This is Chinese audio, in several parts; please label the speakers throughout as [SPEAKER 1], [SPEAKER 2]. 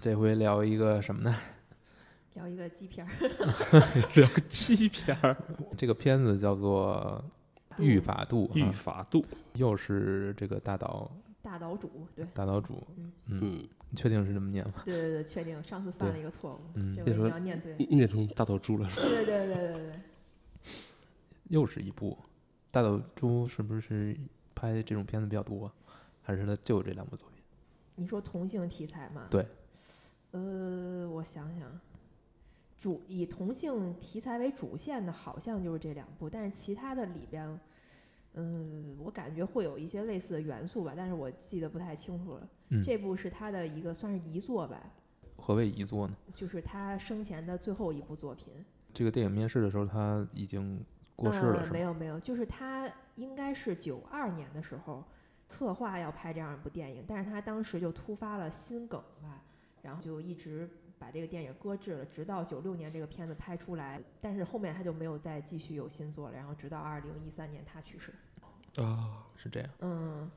[SPEAKER 1] 这回聊一个什么呢？
[SPEAKER 2] 聊一个鸡片儿，
[SPEAKER 3] 聊鸡片儿，
[SPEAKER 1] 这个片子叫做《御法度》
[SPEAKER 3] 御
[SPEAKER 1] 啊，
[SPEAKER 3] 法度，
[SPEAKER 1] 又是这个大岛
[SPEAKER 2] 大岛主，对
[SPEAKER 1] 大岛主，嗯，
[SPEAKER 3] 嗯，
[SPEAKER 1] 你确定是这么念吗？
[SPEAKER 2] 对对对，确定。上次犯了一个错误，
[SPEAKER 1] 嗯
[SPEAKER 2] 这
[SPEAKER 1] 你
[SPEAKER 2] 回
[SPEAKER 1] 说
[SPEAKER 2] 你要念对。
[SPEAKER 3] 你念成大头猪了是吧？
[SPEAKER 2] 对对对对对对，
[SPEAKER 1] 又是一部大岛猪，是不是拍这种片子比较多，啊还是他就这两部作品？
[SPEAKER 2] 你说同性题材嘛？
[SPEAKER 1] 对。
[SPEAKER 2] 呃，我想想，主以同性题材为主线的，好像就是这两部，但是其他的里边，嗯，我感觉会有一些类似的元素吧，但是我记得不太清楚了。
[SPEAKER 1] 嗯
[SPEAKER 2] 这部是他的一个算是遗作吧，
[SPEAKER 1] 何谓遗作呢？
[SPEAKER 2] 就是他生前的最后一部作品。
[SPEAKER 1] 这个电影面试的时候他已经过世了，
[SPEAKER 2] 呃、
[SPEAKER 1] 是
[SPEAKER 2] 没
[SPEAKER 1] 吗？
[SPEAKER 2] 有没有，就是他应该是九二年的时候策划要拍这样一部电影，但是他当时就突发了心梗吧，然后就一直把这个电影搁置了，直到九六年这个片子拍出来，但是后面他就没有再继续有新作了，然后直到二零一三年他去世。
[SPEAKER 3] 啊，
[SPEAKER 1] 是这样。
[SPEAKER 2] 嗯，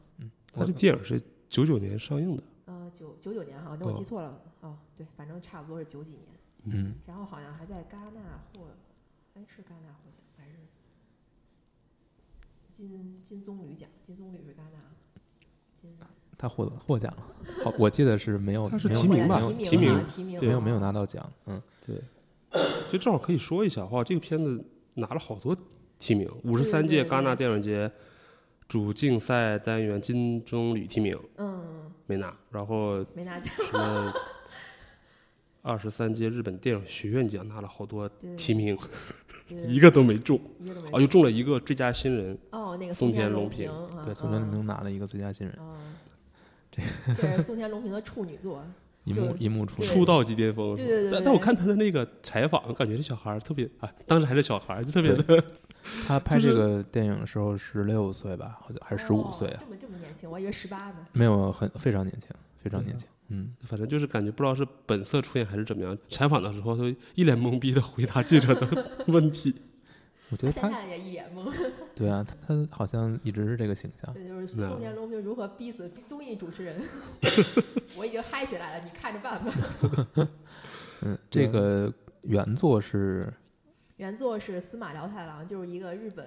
[SPEAKER 3] 他
[SPEAKER 1] 我
[SPEAKER 3] 这电影是九九年上映的，
[SPEAKER 2] 呃，九九九年哈，那我
[SPEAKER 3] 哦
[SPEAKER 2] 记错了哦，对，反正差不多是九几年，
[SPEAKER 1] 嗯，
[SPEAKER 2] 然后好像还在戛纳获，哎，是戛纳获奖还是金金棕榈奖？金棕榈是戛纳啊，金
[SPEAKER 1] 他获得获奖了，好，我记得是没有，
[SPEAKER 3] 他是
[SPEAKER 1] 没有
[SPEAKER 3] 提名吧
[SPEAKER 1] 没有
[SPEAKER 2] 提
[SPEAKER 3] 提
[SPEAKER 2] 名
[SPEAKER 3] 名
[SPEAKER 2] 啊提名
[SPEAKER 1] 没有
[SPEAKER 2] 啊
[SPEAKER 1] 没有拿到奖，嗯，
[SPEAKER 3] 对，就正好可以说一下，哇，这个片子拿了好多提名，五十三
[SPEAKER 2] 对对
[SPEAKER 3] 届
[SPEAKER 2] 对
[SPEAKER 3] 戛纳电影节主竞赛单元金棕榈提名
[SPEAKER 2] 嗯，
[SPEAKER 3] 没拿，然后
[SPEAKER 2] 没拿奖，
[SPEAKER 3] 什么二十三届日本电影学院奖拿了好多
[SPEAKER 2] 对，
[SPEAKER 3] 提名，
[SPEAKER 2] 对对
[SPEAKER 3] 一个都没中，
[SPEAKER 2] 一
[SPEAKER 1] 哦
[SPEAKER 2] 个都没
[SPEAKER 3] 啊，就中了一个最佳新人，
[SPEAKER 2] 哦，那个
[SPEAKER 3] 松
[SPEAKER 2] 田
[SPEAKER 3] 田
[SPEAKER 2] 龙
[SPEAKER 3] 龙平
[SPEAKER 2] 啊
[SPEAKER 1] 对，宋丹
[SPEAKER 2] 嗯
[SPEAKER 1] 平拿了一个最佳新人，
[SPEAKER 2] 啊，
[SPEAKER 1] 这
[SPEAKER 2] 这是松田龙平的处 女作，
[SPEAKER 1] 一
[SPEAKER 2] 就
[SPEAKER 1] 幕一幕出
[SPEAKER 2] 对
[SPEAKER 3] 出道即巅峰。
[SPEAKER 2] 对对对对
[SPEAKER 3] 但但我看他的那个采访，感觉这小孩儿特别啊，当时还是小孩儿，就特别的
[SPEAKER 1] 他拍
[SPEAKER 3] 就
[SPEAKER 1] 这
[SPEAKER 3] 是
[SPEAKER 1] 个电影的时候十六岁吧，好像还是十五
[SPEAKER 2] 哦
[SPEAKER 1] 岁啊，
[SPEAKER 2] 这么这么年轻，我还以为十八 呢。
[SPEAKER 1] 没有很非常年轻，非常
[SPEAKER 3] 对
[SPEAKER 1] 年
[SPEAKER 3] 啊
[SPEAKER 1] 轻，嗯，
[SPEAKER 3] 反正就是感觉不知道是本色出演还是怎么样，采访的时候都一脸懵逼的回答记者 的问题。
[SPEAKER 1] 我觉
[SPEAKER 2] 他
[SPEAKER 1] 得他
[SPEAKER 2] 现在也一脸懵，
[SPEAKER 1] 对啊，他他好像一直是这个形象，
[SPEAKER 2] 这就是
[SPEAKER 3] 那
[SPEAKER 2] 宋田龙平如何逼死综艺主 持人。我已经嗨起来了，你看着办吧。
[SPEAKER 1] 嗯，这
[SPEAKER 3] 对
[SPEAKER 1] 个原作是
[SPEAKER 2] 原作是司马辽太郎，就是一个日本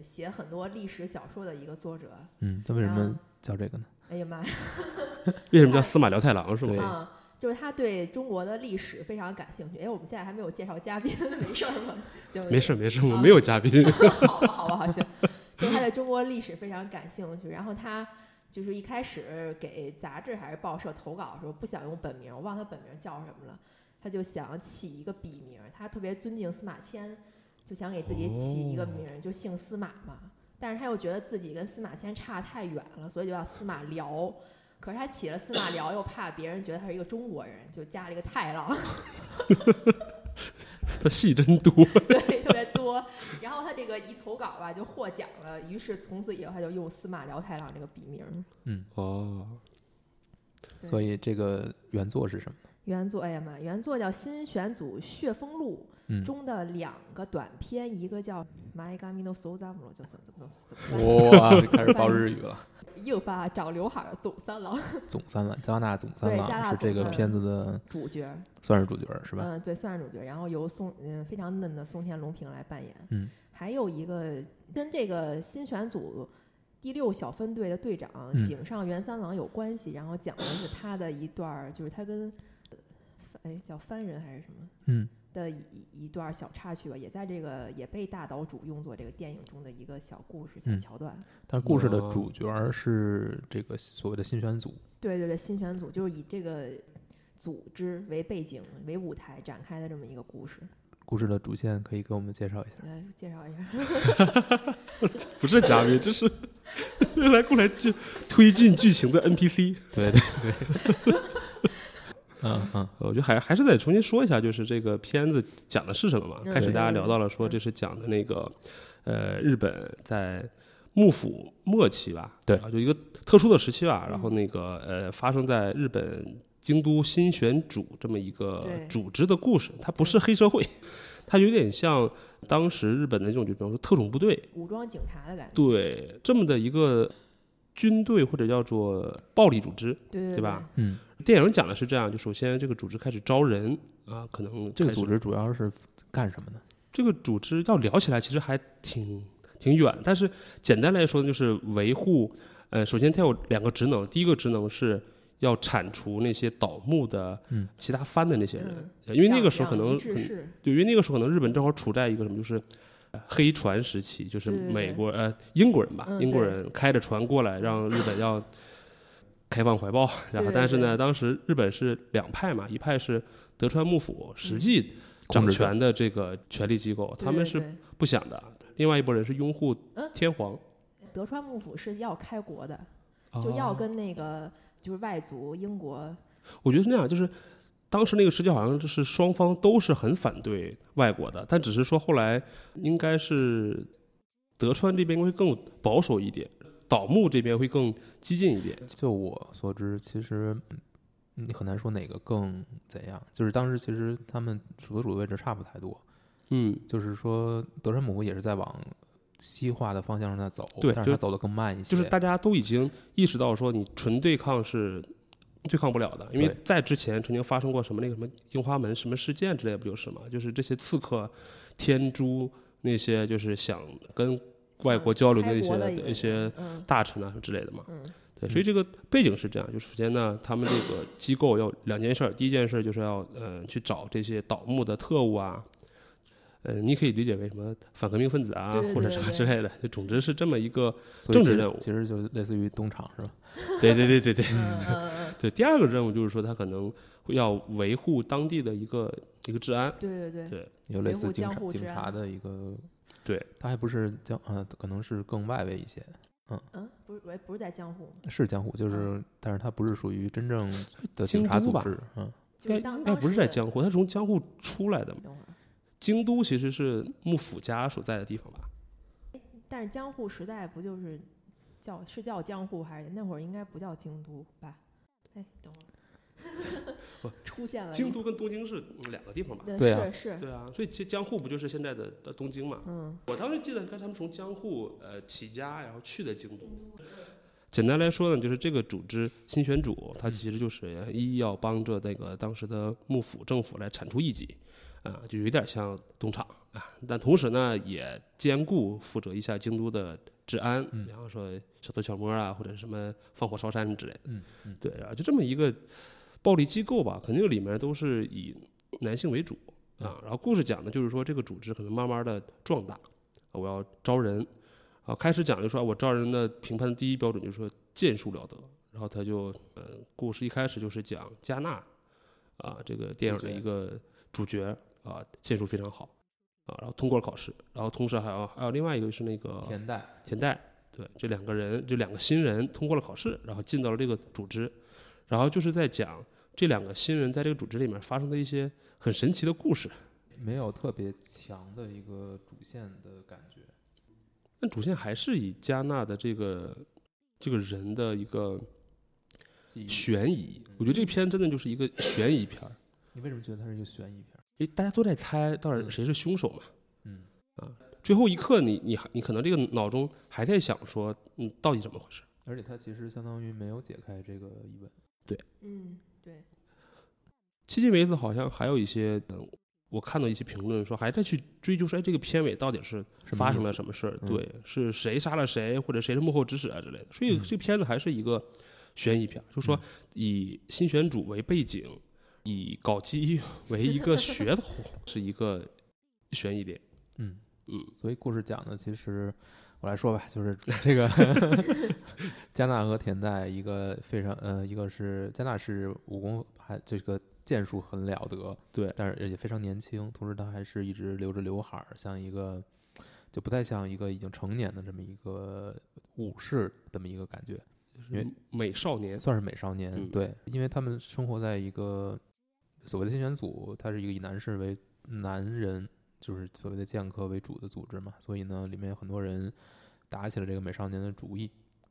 [SPEAKER 2] 写很多历史小说的一个作者。
[SPEAKER 1] 嗯，他为什么
[SPEAKER 2] 嗯
[SPEAKER 1] 叫这个呢？
[SPEAKER 2] 哎呀妈呀！
[SPEAKER 3] 为什么叫司马辽太郎是吗
[SPEAKER 1] 对？
[SPEAKER 2] 啊，就是他对中国的历史非常感兴趣。哎，我们现在还没有介绍嘉宾， 没事儿吗？对不对
[SPEAKER 3] 没事儿没事儿，
[SPEAKER 2] 啊
[SPEAKER 3] 我没有嘉宾。
[SPEAKER 2] 好吧，好吧，好行。就是他对中国历史非常感兴趣，然后他就是一开始给杂志还是报社投稿的时候，不想用本名，我忘他本名叫什么了，他就想起一个笔名，他特别尊敬司马迁，就想给自己起一个名，就姓司马嘛。但是他又觉得自己跟司马迁差太远了，所以就叫司马辽。可是他起了司马辽，又怕别人觉得他是一个中国人，就加了一个太郎。
[SPEAKER 3] 他戏真多，
[SPEAKER 2] 对，特别多。然后他这个一投稿吧，就获奖了，于是从此以后他就用司马辽太郎这个笔名。
[SPEAKER 3] 哦，
[SPEAKER 2] 对
[SPEAKER 1] 所以这个原作是什么？
[SPEAKER 2] 原作，哎呀妈，原作叫《新选组血风录》
[SPEAKER 1] 嗯，
[SPEAKER 2] 中的两个短篇，一个叫《My Gamino s o z a m 就怎么怎么怎么翻译，
[SPEAKER 1] 哇， 开始报日语了。
[SPEAKER 2] 硬发长刘海儿的总三郎
[SPEAKER 1] 总三郎，加拿大总三
[SPEAKER 2] 对加拿
[SPEAKER 1] 郎
[SPEAKER 2] 大
[SPEAKER 1] 是这
[SPEAKER 2] 总
[SPEAKER 1] 个
[SPEAKER 2] 三
[SPEAKER 1] 片子的
[SPEAKER 2] 主角，
[SPEAKER 1] 算是主角是吧？
[SPEAKER 2] 嗯，对，算是主角。然后由松嗯非常嫩的松田龙平来扮演。
[SPEAKER 1] 嗯，
[SPEAKER 2] 还有一个跟这个新选组第六小分队的队长
[SPEAKER 1] 嗯
[SPEAKER 2] 井上元三郎有关系，然后讲的是他的一段儿，就是他跟呃哎叫番人还是什么
[SPEAKER 1] 嗯
[SPEAKER 2] 的一一段儿小插曲吧，也在这个也被大岛主用作这个电影中的一个小故事、小
[SPEAKER 1] 嗯
[SPEAKER 2] 桥段。
[SPEAKER 1] 但是故事的
[SPEAKER 3] 哦
[SPEAKER 1] 主角是这个所谓的新选组，
[SPEAKER 2] 对对对，新选组就是以这个组织为背景为舞台展开的这么一个故事。
[SPEAKER 1] 故事的主线可以给我们介绍一下。
[SPEAKER 2] 来介绍一下。
[SPEAKER 3] 不是嘉宾，这是 来过来就推进剧情的 NPC。
[SPEAKER 1] 对对对， 嗯嗯，
[SPEAKER 3] 呃我觉得还还是得重新说一下，就是这个片子讲的是什么嘛。
[SPEAKER 2] 嗯
[SPEAKER 3] 开始大家聊到了说这是讲的那个，呃，日本在幕府末期吧，
[SPEAKER 1] 对
[SPEAKER 3] 啊，就一个特殊的时期吧。
[SPEAKER 2] 嗯
[SPEAKER 3] 然后那个呃，发生在日本京都新选组这么一个
[SPEAKER 2] 对
[SPEAKER 3] 组织的故事，它不是黑社会， 它有点像当时日本的那种，就比方说特种部队，
[SPEAKER 2] 武装警察的感觉，
[SPEAKER 3] 对这么的一个军队或者叫做暴力组织，
[SPEAKER 2] 对对
[SPEAKER 3] 对吧？？
[SPEAKER 1] 嗯，
[SPEAKER 3] 电影讲的是这样，就首先这个组织开始招人啊，可能
[SPEAKER 1] 这个
[SPEAKER 3] 开始
[SPEAKER 1] 组织主要是干什么呢？
[SPEAKER 3] 这个组织要聊起来其实还挺挺远，但是简单来说呢就是维护。呃，首先它有两个职能，第一个职能是要铲除那些倒幕的、
[SPEAKER 1] 嗯
[SPEAKER 3] 其他藩的那些人，
[SPEAKER 2] 嗯
[SPEAKER 3] 呃因为那个时候可
[SPEAKER 2] 两
[SPEAKER 3] 能
[SPEAKER 2] 两一
[SPEAKER 3] 可
[SPEAKER 2] 致
[SPEAKER 3] 能
[SPEAKER 2] 是
[SPEAKER 3] 对，因为那个时候可能日本正好处在一个什么，就是呃黑船时期，就是
[SPEAKER 2] 对对对
[SPEAKER 3] 美国呃英国人吧，
[SPEAKER 2] 嗯
[SPEAKER 3] 英国
[SPEAKER 2] 对
[SPEAKER 3] 人开着船过来，让日本 要开放怀抱。 然
[SPEAKER 2] 对对
[SPEAKER 3] 后，但是
[SPEAKER 2] 对
[SPEAKER 3] 呢，当时日本是两派嘛，一派是德川幕府实际
[SPEAKER 1] 控
[SPEAKER 3] 掌
[SPEAKER 1] 制
[SPEAKER 3] 权的这个权力机构，他
[SPEAKER 2] 嗯对
[SPEAKER 3] 们
[SPEAKER 2] 对
[SPEAKER 3] 是
[SPEAKER 2] 对
[SPEAKER 3] 不想的；另外一拨人是拥护
[SPEAKER 2] 嗯
[SPEAKER 3] 天皇，
[SPEAKER 2] 德川幕府是要开国的，
[SPEAKER 3] 哦
[SPEAKER 2] 就要跟那个就是外族英国
[SPEAKER 3] 我觉得是那样，就是当时那个时期好像就是双方都是很反对外国的，但只是说后来应该是德川这边会更保守一点，倒幕这边会更激进一点。
[SPEAKER 1] 就我所知，其实嗯你很难说哪个更怎样。就是当时其实他们主的主的位置差不太多，
[SPEAKER 3] 嗯，
[SPEAKER 1] 就是说德川幕府也是在往西化的方向上在走，
[SPEAKER 3] 对
[SPEAKER 1] 但
[SPEAKER 3] 就是是
[SPEAKER 1] 他走得更慢一些。
[SPEAKER 3] 就是大家都已经意识到说你纯对抗是。对抗不了的，因为
[SPEAKER 1] 对
[SPEAKER 3] 在之前曾经发生过什么那个什么樱花门什么事件之类的，不就是嘛？就是这些刺客、天诛那些，就是想跟外国交流的
[SPEAKER 2] 开
[SPEAKER 3] 一
[SPEAKER 2] 国
[SPEAKER 3] 些
[SPEAKER 2] 的一个
[SPEAKER 3] 一些
[SPEAKER 2] 人嗯
[SPEAKER 3] 大臣啊之类的嘛。
[SPEAKER 2] 嗯
[SPEAKER 3] 对，所以这个背景是这样，就首先呢，他们这个机构要两件事儿，第一件事儿就是要呃去找这些倒幕的特务啊，呃，你可以理解为什么反革命分子啊
[SPEAKER 2] 对对
[SPEAKER 3] 或者
[SPEAKER 2] 对
[SPEAKER 3] 什么
[SPEAKER 2] 对
[SPEAKER 3] 之类的，就总之是这么一 个，
[SPEAKER 1] 所以
[SPEAKER 3] 政
[SPEAKER 1] 其
[SPEAKER 3] 治
[SPEAKER 1] 实
[SPEAKER 3] 任务
[SPEAKER 1] 其实就类似于东厂是吧？
[SPEAKER 3] 对对对对对
[SPEAKER 2] 嗯嗯 嗯，
[SPEAKER 3] 对。第二个任务就是说，他可能会要维护当地的一个一个治安，
[SPEAKER 2] 对对对，
[SPEAKER 1] 有类
[SPEAKER 2] 维
[SPEAKER 1] 似
[SPEAKER 2] 护
[SPEAKER 1] 警
[SPEAKER 2] 江
[SPEAKER 1] 察
[SPEAKER 2] 户
[SPEAKER 1] 警
[SPEAKER 2] 治安
[SPEAKER 1] 察的一个，
[SPEAKER 3] 对，
[SPEAKER 1] 他还不是江呃，可能是更外围一些，
[SPEAKER 2] 嗯，不是，喂，不是在江户，
[SPEAKER 1] 是江户，就是，但是他不是属于真正的
[SPEAKER 3] 京
[SPEAKER 1] 警察
[SPEAKER 3] 都
[SPEAKER 1] 组
[SPEAKER 3] 吧
[SPEAKER 1] 织，嗯，
[SPEAKER 2] 就
[SPEAKER 3] 应
[SPEAKER 2] 是
[SPEAKER 3] 该
[SPEAKER 2] 当
[SPEAKER 3] 应该不是在。江户，他从江户出来的嘛
[SPEAKER 2] 当时的。等会儿，
[SPEAKER 3] 京都其实是幕府家所在的地方吧？
[SPEAKER 2] 但是江户时代不就是叫是叫江户还是那会儿应该不叫京都吧？哎，等会
[SPEAKER 3] 不
[SPEAKER 2] 儿， 出现了一
[SPEAKER 3] 京都跟东京是嗯两个地方吧？
[SPEAKER 2] 对
[SPEAKER 1] 对啊
[SPEAKER 2] 是是，
[SPEAKER 3] 对啊，所以其实江户不就是现在的的东京嘛？
[SPEAKER 2] 嗯，
[SPEAKER 3] 我当时记得，看他们从江户呃起家，然后去的京都。简单来说呢，就是这个组织新选组，它
[SPEAKER 1] 嗯
[SPEAKER 3] 其实就是一要帮着那个当时的幕府政府来铲除异己，啊、就有点像东厂 啊。但同时呢，也兼顾负责一下京都的治安，
[SPEAKER 1] 嗯
[SPEAKER 3] 然后说小偷小摸啊，或者什么放火烧山什么之类的。
[SPEAKER 1] 嗯嗯，
[SPEAKER 3] 对，然后就这么一个暴力机构吧，肯定里面都是以男性为主啊。然后故事讲的就是说，这个组织可能慢慢的壮大，我要招人啊。开始讲就说，我招人的评判的第一标准就是说剑术了得。然后他就，呃，故事一开始就是讲加纳啊，这个电影的一个主角啊，剑术非常好啊，然后通过了考试，然后同时还有还有另外一个是那个
[SPEAKER 1] 田代，
[SPEAKER 3] 田代，对，这两个人，这两个新人通过了考试，然后进到了这个组织，然后就是在讲这两个新人在这个组织里面发生的一些很神奇的故事。
[SPEAKER 1] 没有特别强的一个主线的感觉，
[SPEAKER 3] 但主线还是以加纳的这个这个人的一个
[SPEAKER 1] 记忆。嗯
[SPEAKER 3] 悬疑，我觉得这片真的就是一个悬疑片儿，
[SPEAKER 1] 你为什么觉得它是一个悬疑片？
[SPEAKER 3] 因为大家都在猜到底谁是凶手嘛。
[SPEAKER 1] 嗯，
[SPEAKER 3] 最后一刻你，你还你可能这个脑中还在想说，嗯，到底怎么回事？
[SPEAKER 1] 而且它其实相当于没有解开这个疑问。
[SPEAKER 2] 嗯，对，
[SPEAKER 3] 迄今为止，好像还有一些，嗯，我看到一些评论说还在去追究说，哎，这个片尾到底是
[SPEAKER 1] 什么
[SPEAKER 3] 发生
[SPEAKER 1] 意
[SPEAKER 3] 了
[SPEAKER 1] 思
[SPEAKER 3] 什么事儿，
[SPEAKER 1] 嗯
[SPEAKER 3] 对，是谁杀了谁，或者谁是幕后指使啊之类的。所以
[SPEAKER 1] 嗯
[SPEAKER 3] 这片子还是一个悬疑片儿，就说
[SPEAKER 1] 嗯
[SPEAKER 3] 以新选组为背景，以 搞基为一个噱头，是一个悬疑点。
[SPEAKER 1] 嗯，
[SPEAKER 3] 嗯，
[SPEAKER 1] 所以故事讲的其实我来说吧，就是这个 加纳和田代，一个非常呃，一个是加纳是武功还这个剑术很了得，
[SPEAKER 3] 对
[SPEAKER 1] 但是而且非常年轻，同时他还是一直留着刘海儿，像一个就不太像一个已经成年的这么一个武士这么一个感觉，因为
[SPEAKER 3] 美少年，
[SPEAKER 1] 算是美少年，
[SPEAKER 3] 嗯
[SPEAKER 1] 对，因为他们生活在一个所谓的新选组，它是一个以男士为男人，就是所谓的剑客为主的组织嘛，所以呢，里面有很多人打起了这个美少年的主意，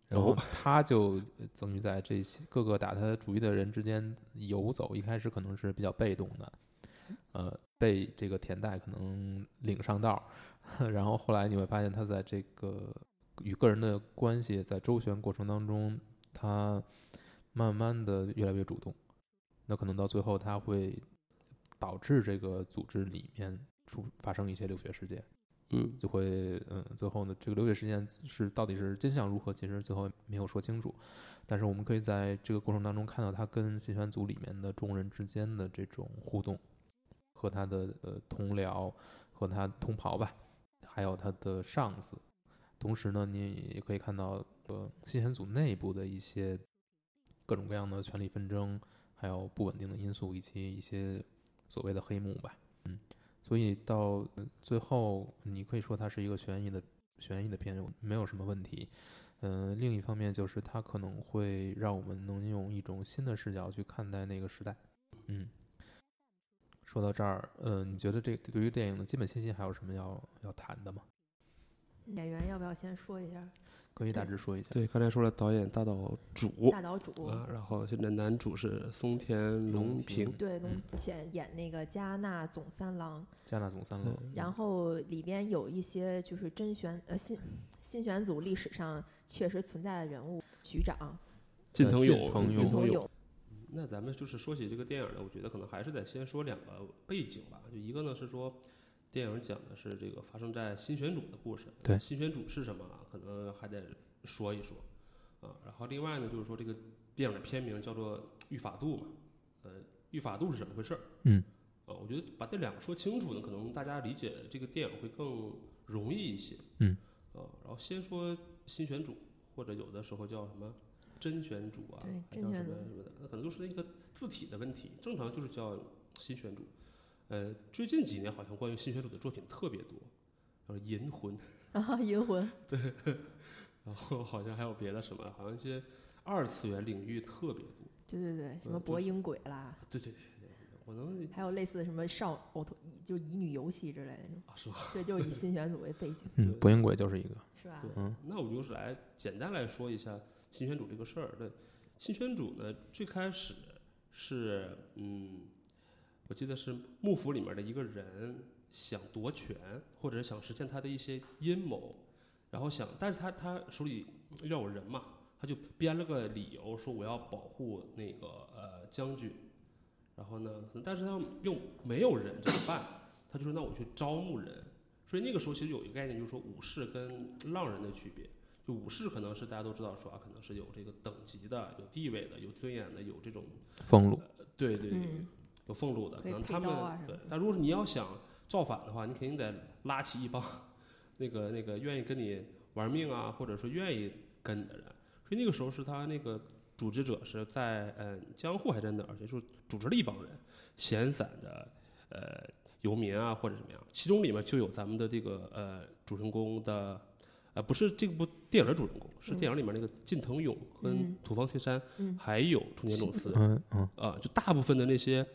[SPEAKER 1] 然后
[SPEAKER 3] 哦
[SPEAKER 1] 他就呃等于在这些各个打他主意的人之间游走，一开始可能是比较被动的，呃，被这个田代可能领上道儿， 然后后来你会发现他在这个与个人的关系在周旋过程当中，他慢慢的越来越主动，那可能到最后它会导致这个组织里面出发生一些流血事件，
[SPEAKER 3] 嗯
[SPEAKER 1] 就会嗯，最后呢，这个流血事件是到底是真相如何，其实最后没有说清楚。但是我们可以在这个过程当中看到他跟新选组里面的众人之间的这种互动，和他的呃同僚，和他同袍吧，还有他的上司。同时呢，你也可以看到呃新选组内部的一些各种各样的权力纷争，还有不稳定的因素，以及一些所谓的黑幕吧。嗯，所以到呃最后，你可以说它是一个悬疑的悬疑的片，没有什么问题。嗯、另一方面就是它可能会让我们能用一种新的视角去看待那个时代。嗯，说到这儿，呃，你觉得这对于电影的基本信息还有什么要要谈的吗？
[SPEAKER 2] 演员要不要先说一下
[SPEAKER 1] 可以大致说一下。
[SPEAKER 3] 对，刚才说了导演大岛主
[SPEAKER 2] 大岛主？
[SPEAKER 3] 啊，然后现在男主是松田龙平，
[SPEAKER 2] 对，龙
[SPEAKER 1] 嗯
[SPEAKER 2] 显演那个加纳总三郎，
[SPEAKER 1] 加纳总三郎，
[SPEAKER 3] 嗯
[SPEAKER 2] 然后里边有一些就是真选呃新新选组历史上确实存在的人物，局长
[SPEAKER 3] 近藤
[SPEAKER 1] 呃近
[SPEAKER 3] 勇，
[SPEAKER 1] 藤
[SPEAKER 2] 金
[SPEAKER 1] 勇
[SPEAKER 2] 童
[SPEAKER 1] 有
[SPEAKER 2] 勇，
[SPEAKER 3] 那咱们就是说起这个电影呢，我觉得可能还是得先说两个背景吧。就一个呢是说，电影讲的是这个发生在新选组的故事。
[SPEAKER 1] 对
[SPEAKER 3] 新选组是什么啊？可能还得说一说啊。然后另外呢，就是说这个电影的片名叫做《御法度》嘛。呃，御法度是怎么回事儿？
[SPEAKER 1] 嗯。
[SPEAKER 3] 啊，我觉得把这两个说清楚呢，可能大家理解这个电影会更容易一些。
[SPEAKER 1] 嗯。
[SPEAKER 3] 啊，然后先说新选组，或者有的时候叫什么真选组啊，
[SPEAKER 2] 对
[SPEAKER 3] 还
[SPEAKER 2] 真
[SPEAKER 3] 叫
[SPEAKER 2] 选
[SPEAKER 3] 什么
[SPEAKER 2] 组
[SPEAKER 3] 什么的，那可能就是一个字体的问题，正常就是叫新选组。呃，最近几年好像关于新选组的作品特别多，呃，银魂，
[SPEAKER 2] 然后银魂，
[SPEAKER 3] 然后好像还有别的什么，好像一些二次元领域特别多。
[SPEAKER 2] 对对对，什么
[SPEAKER 3] 嗯
[SPEAKER 2] 博
[SPEAKER 3] 对
[SPEAKER 2] 音鬼啦，
[SPEAKER 3] 对对对对，我能
[SPEAKER 2] 还有类似什么少偶头就乙女游戏之类的那种，
[SPEAKER 3] 啊是吧？
[SPEAKER 2] 对，就是以新选组为背景，
[SPEAKER 1] 嗯，
[SPEAKER 3] 对
[SPEAKER 1] 博音鬼就是一个，
[SPEAKER 2] 是吧？
[SPEAKER 3] 对，
[SPEAKER 1] 嗯
[SPEAKER 3] 那我就是来简单来说一下新选组这个事儿。对，新选组呢，最开始是嗯，我记得是幕府里面的一个人想夺权，或者是想实现他的一些阴谋，然后想，但是他他手里要有人嘛，他就编了个理由说我要保护那个呃将军，然后呢，但是他又没有人怎么办？他就说那我去招募人。所以那个时候其实有一个概念，就是说武士跟浪人的区别。就武士可能是大家都知道说啊，可能是有这个等级的、有地位的、有尊严的、有这种
[SPEAKER 1] 俸禄，
[SPEAKER 3] 对对对，
[SPEAKER 2] 嗯
[SPEAKER 3] 有俸禄的，
[SPEAKER 2] 可
[SPEAKER 3] 可
[SPEAKER 2] 以
[SPEAKER 3] 能
[SPEAKER 2] 配
[SPEAKER 3] 他们、
[SPEAKER 2] 刀啊什么
[SPEAKER 3] 对
[SPEAKER 2] 的。
[SPEAKER 3] 但如果是你要想造反的话，你肯定得拉起一帮那个那个愿意跟你玩命啊，或者说愿意跟你的人。所以那个时候是他那个组织者是在嗯江户还在哪儿，就是组织了一帮人闲散的呃游民啊或者怎么样，其中里面就有咱们的这个呃主人公的。呃，不是这部电影的主人公，是
[SPEAKER 2] 嗯
[SPEAKER 3] 电影里面那个近藤勇跟
[SPEAKER 2] 嗯
[SPEAKER 3] 土方岁山，
[SPEAKER 2] 嗯
[SPEAKER 3] 还有中间 隆司，
[SPEAKER 1] 嗯嗯，
[SPEAKER 3] 啊，就大部分的那些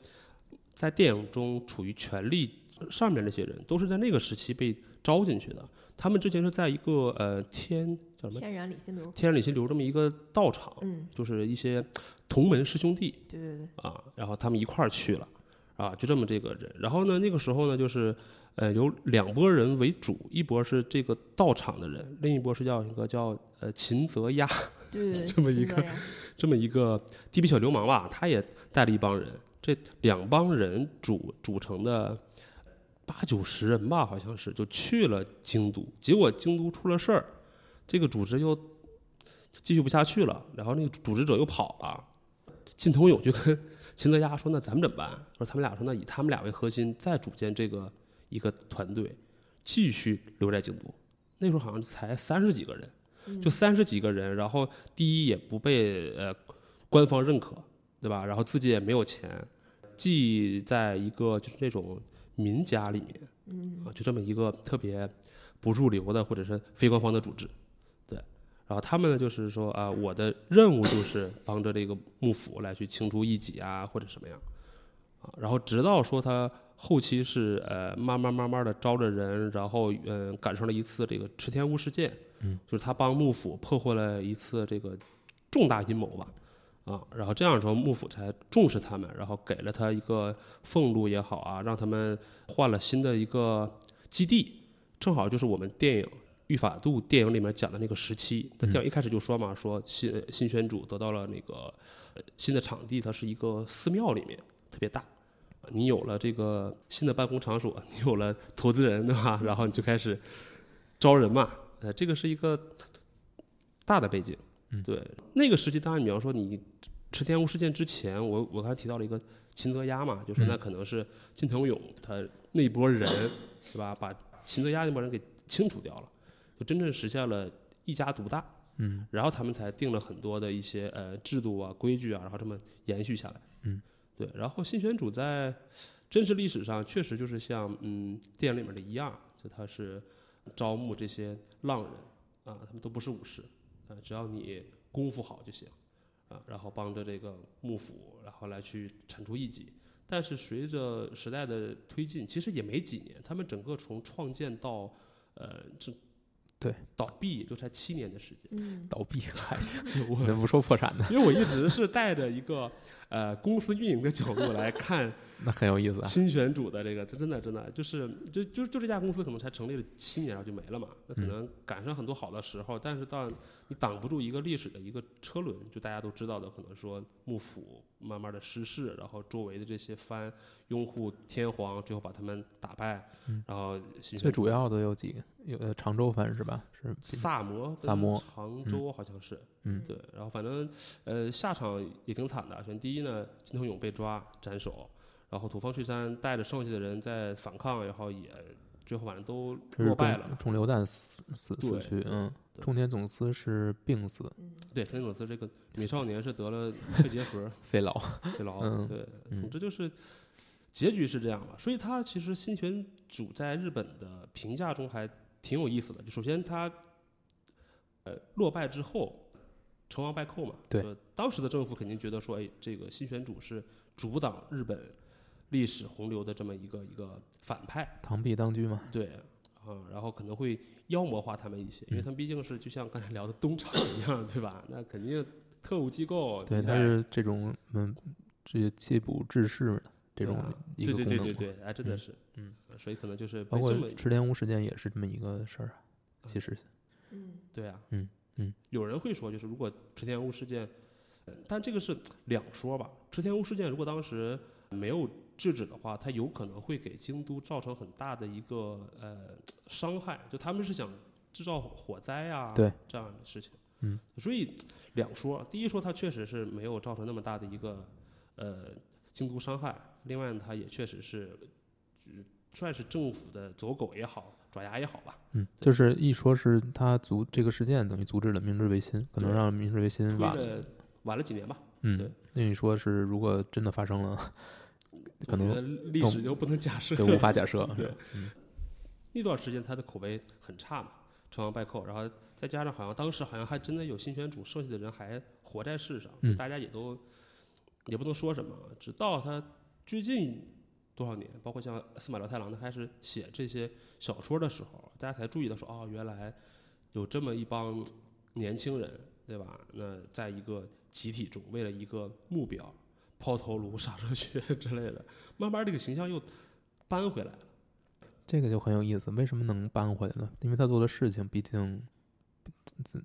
[SPEAKER 3] 在电影中处于权力上面那些人，都是在那个时期被招进去的。他们之前是在一个呃天叫什么
[SPEAKER 2] 天然理心流，
[SPEAKER 3] 天然理心流这么一个道场，
[SPEAKER 2] 嗯，
[SPEAKER 3] 就是一些同门师兄弟，
[SPEAKER 2] 对对对，
[SPEAKER 3] 啊，然后他们一块儿去了，啊，就这么这个人。然后呢，那个时候呢，就是呃有两拨人为主，一波是这个道场的人，另一波是叫一个叫呃秦泽鸭
[SPEAKER 2] 对对对，
[SPEAKER 3] 这么一
[SPEAKER 2] 新
[SPEAKER 3] 个
[SPEAKER 2] 泽呀
[SPEAKER 3] 这么一个地痞小流氓吧，他也带了一帮人，这两帮人组组成的八九十人吧，好像是就去了京都，结果京都出了事儿，这个组织又继续不下去了，然后那个组织者又跑了，靳同勇就跟 秦泽亚说：“那咱们怎么办？”说他们俩说：“那以他们俩为核心，再组建这个一个团队，继续留在京都。”那时候好像才三十几个人。
[SPEAKER 2] 嗯
[SPEAKER 3] 就三十几个人，然后第一也不被呃官方认可，对吧？然后自己也没有钱，寄在一个就是那种民家里面
[SPEAKER 2] 嗯
[SPEAKER 3] 啊，就这么一个特别不入流的或者是非官方的组织，对。然后他们呢，就是说啊、我的任务就是帮着这个幕府来去清除异己啊，或者什么样啊。然后直到说他后期是呃慢慢慢慢的招着人，然后嗯、呃赶上了一次这个池田屋事件，
[SPEAKER 1] 嗯，
[SPEAKER 3] 就是他帮幕府破获了一次这个重大阴谋吧。啊，然后这样的时候，幕府才重视他们，然后给了他一个俸禄也好啊，让他们换了新的一个基地，正好就是我们电影御法度电影里面讲的那个时期，他
[SPEAKER 1] 嗯
[SPEAKER 3] 讲一开始就说嘛，说新呃新选主得到了那个呃新的场地，它是一个寺庙里面特别大。你有了这个新的办公场所，你有了投资人，对吧？然后你就开始招人嘛。呃，这个是一个大的背景。
[SPEAKER 1] 嗯
[SPEAKER 3] 对，那个时期，当然你要说你池田屋事件之前，我我刚才提到了一个秦泽鸭嘛，就是
[SPEAKER 1] 嗯
[SPEAKER 3] 那可能是金藤勇他那波人，对吧？把秦泽鸭那波人给清除掉了，就真正实现了一家独大。
[SPEAKER 1] 嗯
[SPEAKER 3] 然后他们才定了很多的一些呃制度啊、规矩啊，然后这么延续下来。
[SPEAKER 1] 嗯，
[SPEAKER 3] 对。然后新选主在真实历史上确实就是像嗯电影里面的一样，就他是招募这些浪人啊，他们都不是武士啊，只要你功夫好就行啊，然后帮着这个幕府，然后来去铲除异己。但是随着时代的推进，其实也没几年，他们整个从创建到呃这
[SPEAKER 1] 对
[SPEAKER 3] 倒闭，也就才七年的时间。
[SPEAKER 2] 嗯，
[SPEAKER 1] 倒闭还行，你
[SPEAKER 3] 我
[SPEAKER 1] 怎么不说破产呢？
[SPEAKER 3] 因为我一直是带着一个呃公司运营的角度来看
[SPEAKER 1] 那很有意思啊。
[SPEAKER 3] 新选主的这个，这真的真的就是就就就这家公司可能才成立了七年，然后就没了嘛。那可能赶上很多好的时候，但是到你挡不住一个历史的一个车轮，就大家都知道的，可能说幕府慢慢的失势，然后周围的这些藩拥护天皇，最后把他们打败
[SPEAKER 1] 嗯，
[SPEAKER 3] 然后新
[SPEAKER 1] 最
[SPEAKER 3] 选
[SPEAKER 1] 主要的有几个，有呃常州藩是吧？是
[SPEAKER 3] 萨摩跟
[SPEAKER 1] 萨摩
[SPEAKER 3] 常州好像是，
[SPEAKER 1] 嗯
[SPEAKER 3] 对，然后反正呃下场也挺惨的。首先第一呢，金藤勇被抓斩首，然后土方岁三带着剩下的人在反抗，然后也最后反正都
[SPEAKER 1] 这
[SPEAKER 3] 落
[SPEAKER 1] 是
[SPEAKER 3] 败了
[SPEAKER 1] 中
[SPEAKER 3] 嘛。
[SPEAKER 1] 中流弹死死死
[SPEAKER 3] 对
[SPEAKER 1] 去，嗯，
[SPEAKER 3] 对
[SPEAKER 1] 中田总司是病死，
[SPEAKER 2] 嗯
[SPEAKER 3] 对，陈佐斯这个美少年是得了肺结核
[SPEAKER 1] 肺痨，
[SPEAKER 3] 肺痨，
[SPEAKER 1] 嗯
[SPEAKER 3] 对，
[SPEAKER 1] 嗯
[SPEAKER 3] 总之就是结局是这样吧。所以他其实新选组在日本的评价中还挺有意思的。就首先他呃落败之后，成王败寇嘛，
[SPEAKER 1] 对
[SPEAKER 3] 就当时的政府肯定觉得说，哎，这个新选组是阻挡日本历史洪流的这么一个一个反派，
[SPEAKER 1] 螳臂当车嘛，
[SPEAKER 3] 对，啊，然后可能会妖魔化他们一些，因为
[SPEAKER 1] 嗯
[SPEAKER 3] 他们毕竟是就像刚才聊的东厂一样，对吧？那肯定特务机构，
[SPEAKER 1] 对，
[SPEAKER 3] 你
[SPEAKER 1] 它
[SPEAKER 3] 在
[SPEAKER 1] 是这种嗯，这缉捕志士这
[SPEAKER 3] 对
[SPEAKER 1] 种
[SPEAKER 3] 啊
[SPEAKER 1] 一个
[SPEAKER 3] 对
[SPEAKER 1] 功
[SPEAKER 3] 对
[SPEAKER 1] 能
[SPEAKER 3] 对
[SPEAKER 1] 嘛
[SPEAKER 3] 对对，哎，真的
[SPEAKER 1] 嗯
[SPEAKER 3] 是，
[SPEAKER 1] 嗯，
[SPEAKER 3] 所以可能就是
[SPEAKER 1] 包
[SPEAKER 3] 被
[SPEAKER 1] 括
[SPEAKER 3] 这么
[SPEAKER 1] 池田屋事件也是这么一个事儿啊，其实
[SPEAKER 2] 嗯
[SPEAKER 3] 对啊，
[SPEAKER 1] 嗯嗯，
[SPEAKER 3] 有人会说，就是如果池田屋事件，呃但这个是两说吧。池田屋事件如果当时没有制止的话，它有可能会给京都造成很大的一个呃伤害，就他们是想制造火灾啊，
[SPEAKER 1] 对
[SPEAKER 3] 这样的事情，
[SPEAKER 1] 嗯，
[SPEAKER 3] 所以两说，第一说它确实是没有造成那么大的一个呃京都伤害，另外呢，它也确实是。就是算是政府的走狗也好，爪牙也好吧，
[SPEAKER 1] 嗯，就是一说是他阻这个事件等于阻止了明治维新，可能
[SPEAKER 3] 对
[SPEAKER 1] 让明治维新
[SPEAKER 3] 推
[SPEAKER 1] 嗯晚，
[SPEAKER 3] 了晚了几年吧，对
[SPEAKER 1] 嗯，那你说是如果真的发生了，可能
[SPEAKER 3] 我觉得历史就不能假设。
[SPEAKER 1] 就无法假设，
[SPEAKER 3] 对那段时间他的口碑很差嘛，成王败寇，然后再加上好像当时好像还真的有新选主，剩下的人还活在世上，
[SPEAKER 1] 嗯
[SPEAKER 3] 大家也都也不能说什么。直到他最近多少年，包括像司马辽太郎他开始写这些小说的时候，大家才注意到说，哦，原来有这么一帮年轻人，对吧？那在一个集体中，为了一个目标，抛头颅、 洒热血之类的，慢慢这个形象又搬回来了。
[SPEAKER 1] 这个就很有意思，为什么能搬回来呢？因为他做的事情，毕竟，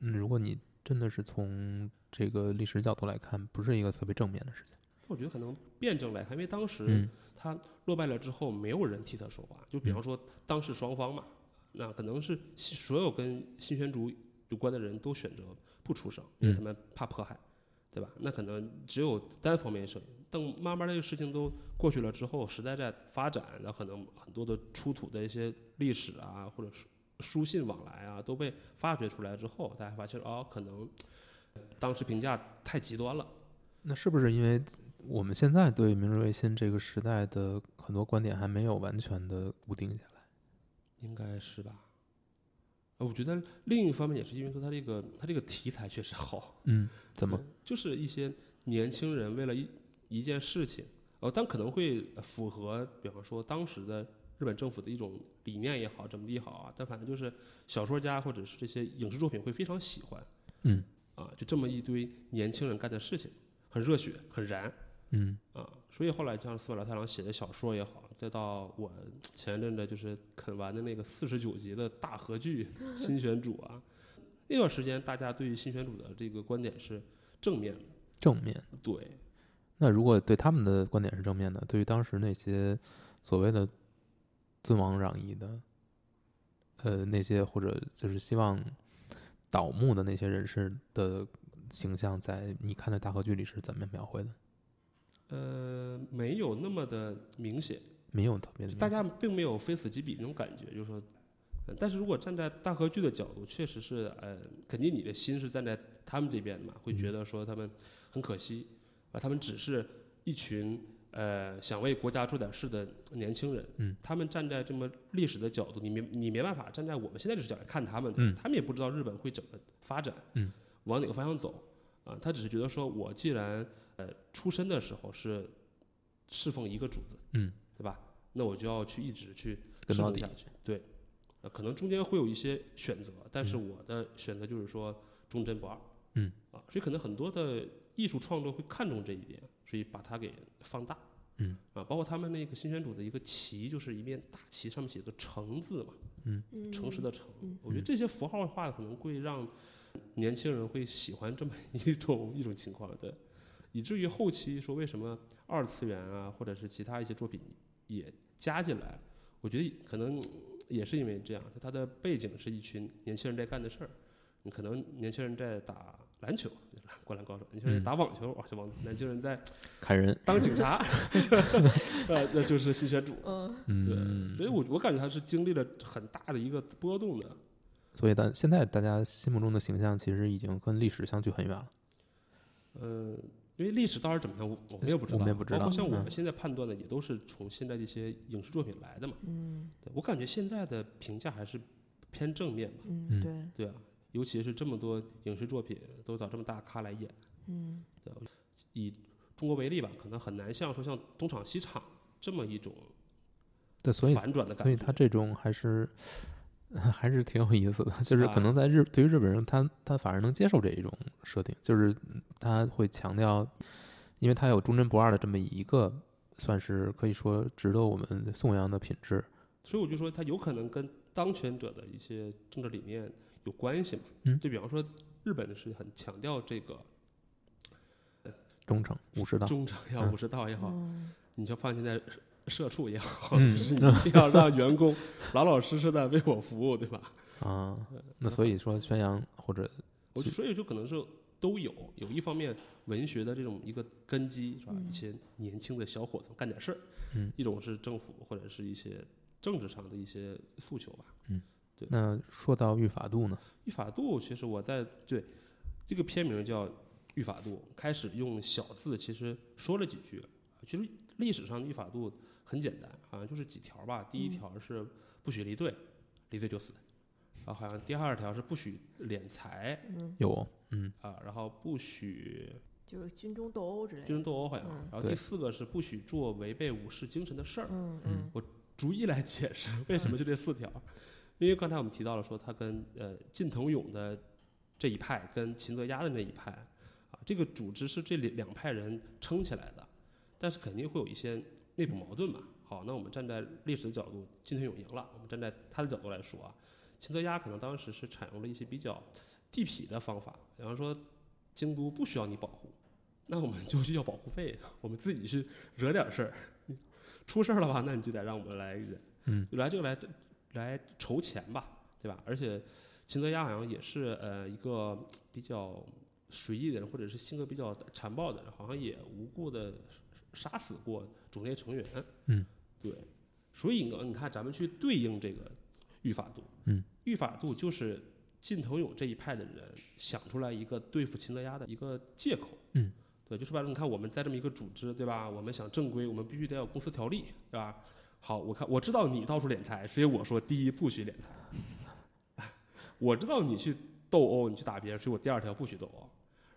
[SPEAKER 1] 嗯如果你真的是从这个历史角度来看，不是一个特别正面的事情。
[SPEAKER 3] 我觉得可能辩证来看，因为当时
[SPEAKER 1] 嗯
[SPEAKER 3] 他落败了之后，没有人替他说话。就比方说当事双方嘛，那可能是西所有跟新选主有关的人都选择不出声，因为
[SPEAKER 1] 嗯
[SPEAKER 3] 他们怕迫害，对吧？那可能只有单方面声音。等慢慢这个事情都过去了之后，时代在发展，那可能很多的出土的一些历史啊，或者书书信往来啊，都被发掘出来之后，大家发现哦，可能当时评价太极端了。
[SPEAKER 1] 那是不是因为我们现在对明治维新这个时代的很多观点还没有完全的固定下来？
[SPEAKER 3] 应该是吧。呃我觉得另一方面也是因为说他这个他这个题材确实好，
[SPEAKER 1] 嗯， 怎么？
[SPEAKER 3] 就是一些年轻人为了一一件事情，呃，但可能会符合，比方说当时的日本政府的一种理念也好，怎么地也好啊，但反正就是小说家或者是这些影视作品会非常喜欢，
[SPEAKER 1] 嗯
[SPEAKER 3] 啊，就这么一堆年轻人干的事情，很热血，很燃，
[SPEAKER 1] 嗯
[SPEAKER 3] 啊，所以后来像司马辽太郎写的小说也好，再到我前一阵子就是啃完的那个四十九集的大合剧《新选主》啊，那段时间大家对于新选主的这个观点是正面的，
[SPEAKER 1] 正面。
[SPEAKER 3] 对，
[SPEAKER 1] 那如果对他们的观点是正面的，对于当时那些所谓的尊王攘夷的，呃，那些或者就是希望倒幕的那些人士的形象，在你看的大合剧里是怎么描绘的？
[SPEAKER 3] 呃，没有那么的明显，
[SPEAKER 1] 没有特别的明显，
[SPEAKER 3] 大家并没有非死即彼那种感觉，就是说，呃但是如果站在大合剧的角度，确实是，呃，肯定你的心是站在他们这边的嘛，会觉得说他们很可惜，啊，他们只是一群呃想为国家做点事的年轻人，
[SPEAKER 1] 嗯，
[SPEAKER 3] 他们站在这么历史的角度，你没你没办法站在我们现在的视角来看他们，
[SPEAKER 1] 嗯
[SPEAKER 3] 他们也不知道日本会怎么发展，
[SPEAKER 1] 嗯，
[SPEAKER 3] 往哪个方向走，啊、他只是觉得说我既然呃出生的时候是侍奉一个主子，
[SPEAKER 1] 嗯，
[SPEAKER 3] 对吧？那我就要去一直去
[SPEAKER 1] 跟
[SPEAKER 3] 侍
[SPEAKER 1] 到
[SPEAKER 3] 奉
[SPEAKER 1] 底
[SPEAKER 3] 下去。对，呃，可能中间会有一些选择，但是我的选择就是说忠贞不二。
[SPEAKER 1] 嗯，
[SPEAKER 3] 啊，所以可能很多的艺术创作会看重这一点，所以把它给放大。
[SPEAKER 1] 嗯，
[SPEAKER 3] 啊，包括他们那个新选组的一个旗，就是一面大旗上面写个诚字嘛，
[SPEAKER 2] 嗯
[SPEAKER 3] 诚实的诚。
[SPEAKER 2] 嗯
[SPEAKER 3] 我觉得这些符号化可能会让年轻人会喜欢这么 一种一种情况，对，以至于后期说为什么二次元啊，或者是其他一些作品也加进来，我觉得可能也是因为这样，就它的背景是一群年轻人在干的事儿。你可能年轻人在打篮球，灌篮高手；年轻
[SPEAKER 1] 嗯
[SPEAKER 3] 人打网球，哇，这网年轻人在
[SPEAKER 1] 看人，
[SPEAKER 3] 当 警察，呃，那就是新选主。
[SPEAKER 2] 嗯，
[SPEAKER 3] 对，
[SPEAKER 1] 嗯，
[SPEAKER 3] 所以我我感觉他是经历了很大的一个波动的。
[SPEAKER 1] 所以大现在大家心目中的形象其实已经跟历史相距很远了。
[SPEAKER 3] 呃，因为历史到底怎么样，我我们也不知道，
[SPEAKER 1] 我们也不知道
[SPEAKER 3] 包括像我
[SPEAKER 1] 嗯
[SPEAKER 3] 们现在判断的，也都是从现在的一些影视作品来的嘛。
[SPEAKER 2] 嗯
[SPEAKER 3] 对我感觉现在的评价还是偏正面吧。
[SPEAKER 1] 嗯
[SPEAKER 2] 嗯，对，
[SPEAKER 3] 对啊，尤其是这么多影视作品都找这么大咖来演，
[SPEAKER 2] 嗯
[SPEAKER 3] 以中国为例吧，可能很难像说像东厂西厂这么一种
[SPEAKER 1] 对，所以
[SPEAKER 3] 反转的感觉。
[SPEAKER 1] 所以他这种还是 还是挺有意思的，就是
[SPEAKER 3] 吧
[SPEAKER 1] 可能在日对于日本人他，他反而能接受这一种设定，就是嗯他会强调，因为他有忠贞不二的这么一个，算是可以说值得我们颂扬的品质。
[SPEAKER 3] 所以我就说，它有可能跟当权者的一些政治理念有关系嘛。
[SPEAKER 1] 嗯
[SPEAKER 3] 就比方说，日本是很强调这个
[SPEAKER 1] 忠诚、武士道，
[SPEAKER 3] 忠诚也好，
[SPEAKER 1] 嗯
[SPEAKER 3] 武士道也好，
[SPEAKER 2] 嗯
[SPEAKER 3] 你就放现在社社畜也好，
[SPEAKER 1] 嗯
[SPEAKER 3] 就是你一定要让员工老老实实的为我服务，对吧？
[SPEAKER 1] 啊、那所以说宣扬或者
[SPEAKER 3] 我就是所以就可能是都有，有一方面文学的这种一个根基是吧？
[SPEAKER 2] 嗯
[SPEAKER 3] 一些年轻的小伙子干点事儿，
[SPEAKER 1] 嗯
[SPEAKER 3] 一种是政府或者是一些政治上的一些诉求吧。
[SPEAKER 1] 那说到御法度呢，
[SPEAKER 3] 御法度，其实我在对这个片名叫《御法度》，开始用小字，其实说了几句。其实历史上的御法度很简单，好像就是几条吧。第一
[SPEAKER 2] 嗯
[SPEAKER 3] 条是不许离队，离队就死。啊，好像第二条是不许敛财
[SPEAKER 2] 嗯，
[SPEAKER 1] 有嗯
[SPEAKER 3] 啊，然后不许
[SPEAKER 2] 就是军中斗殴之类
[SPEAKER 3] 军
[SPEAKER 2] 的，
[SPEAKER 3] 人斗殴，好像
[SPEAKER 2] 嗯。
[SPEAKER 3] 然后
[SPEAKER 1] 对
[SPEAKER 3] 第四个是不许做违背武士精神的事儿。
[SPEAKER 2] 嗯
[SPEAKER 1] 嗯
[SPEAKER 2] 嗯
[SPEAKER 3] 逐一来解释为什么就这四条，因为刚才我们提到了说他跟呃靳藤勇的这一派跟秦泽鸭的那一派啊，这个组织是这两两派人撑起来的，但是肯定会有一些内部矛盾嘛。好，那我们站在历史的角度，靳藤勇赢了，我们站在他的角度来说啊，秦泽鸭可能当时是采用了一些比较地痞的方法，比方说京都不需要你保护。那我们就去要保护费，我们自己去惹点事儿，出事儿了吧？那你就得让我们来忍，
[SPEAKER 1] 嗯，
[SPEAKER 3] 来就来来筹钱吧，对吧？而且秦泽亚好像也是呃一个比较随意的人，或者是性格比较残暴的人，好像也无故的杀死过组内成员，
[SPEAKER 1] 嗯，
[SPEAKER 3] 对，所以呢，你看咱们去对应这个御法度，
[SPEAKER 1] 嗯，
[SPEAKER 3] 御法度就是靳藤勇这一派的人想出来一个对付秦泽亚的一个借口，
[SPEAKER 1] 嗯。
[SPEAKER 3] 对，就说白了，你看我们在这么一个组织，对吧？我们想正规，我们必须得有公司条例，对吧？好，我看我知道你到处敛财，所以我说第一不许敛财。 我知道你去斗殴，你去打别人，所以我第二条不许斗殴。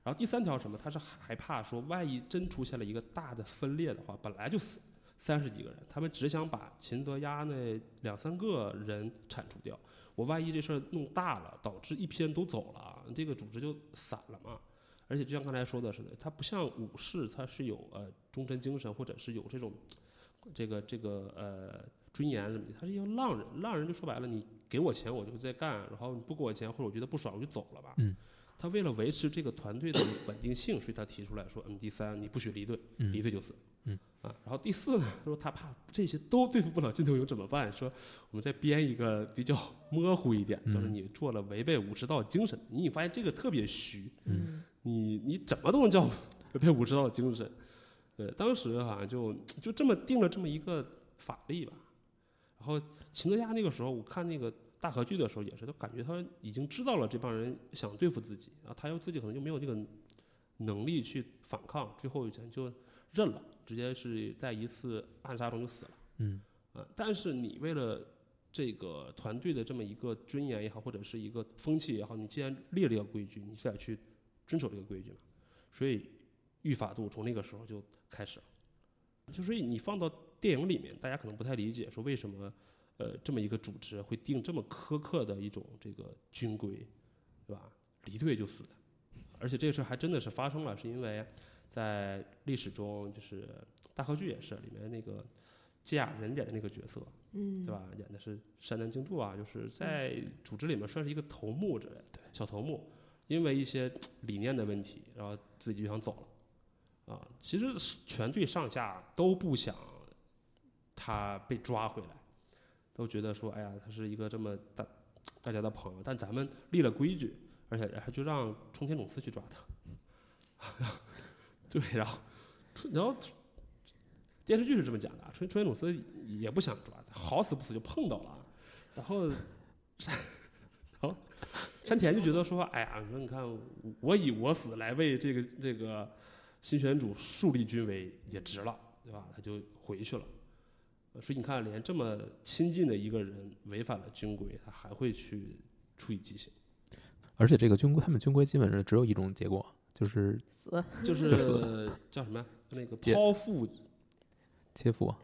[SPEAKER 3] 然后第三条是什么？他是害怕说，万一真出现了一个大的分裂的话，本来就死三十几个人，他们只想把秦泽压那两三个人铲除掉。啊我万一这事儿弄大了，导致一批人都走了，这个组织就散了嘛。而而且就像刚才说的似的，它不像武士，它是有呃忠臣精神，或者是有这种这个这个呃尊严什么的，他是一个浪人。浪人就说白了，你给我钱我就在干，然后你不给我钱或者我觉得不爽我就走了吧。
[SPEAKER 1] 嗯。
[SPEAKER 3] 他为了维持这个团队的稳定性，所以他提出来说，MD 三你不许离队，
[SPEAKER 1] 嗯
[SPEAKER 3] 离队就死。
[SPEAKER 1] 嗯
[SPEAKER 3] 啊，然后第四呢，说他怕这些都对付不了禁毒营怎么办？说我们再编一个比较模糊一点，就是
[SPEAKER 1] 嗯
[SPEAKER 3] 你做了违背武士道精神，你发现这个特别虚，
[SPEAKER 2] 嗯
[SPEAKER 3] 你你怎么都能叫 违背武士道精神。对，当时好像就就这么定了这么一个法律吧。然后秦德亚那个时候，我看那个大合剧的时候也是，都感觉他已经知道了这帮人想对付自己，然后他又自己可能就没有这个能力去反抗，最后就就认了，直接是在一次暗杀中就死了。
[SPEAKER 1] 嗯
[SPEAKER 3] 啊，但是你为了这个团队的这么一个尊严也好，或者是一个风气也好，你既然列了一个规矩，你就得去遵守这个规矩嘛。所以预法度从那个时候就开始了。就所以你放到电影里面，大家可能不太理解，说为什么呃这么一个组织会定这么苛刻的一种这个军规，对吧？离队就死，而且这个事儿还真的是发生了，是因为在历史中，就是大河剧也是里面那个芥雅人演的那个角色，
[SPEAKER 2] 嗯，
[SPEAKER 3] 对？吧？演的是山南京助啊，就是在组织里面算是一个头目之类的，小头目，因为一些嘖理念的问题，然后自己就想走了，啊，其实是全队上下都不想他被抓回来，都觉得说，哎呀，他是一个这么大大家的朋友，但咱们立了规矩，而且还就让冲天总司去抓他， 对，然后，然后电视剧是这么讲的啊，春春野鲁斯也不想抓，好死不死就碰到了啊，然后 山，然后山田就觉得说，哎呀，你说你看，我以我死来为这个这个新选组树立军威也值了，对吧？他就回去了。呃所以你看，连这么亲近的一个人违反了军规，他还会去处以极刑，
[SPEAKER 1] 而且这个军规，他们军规基本上只有一种结果，就是
[SPEAKER 2] 死
[SPEAKER 3] 就是
[SPEAKER 1] 就死
[SPEAKER 3] 叫什么呀？那个
[SPEAKER 1] 也
[SPEAKER 3] 剖腹
[SPEAKER 1] 切腹。啊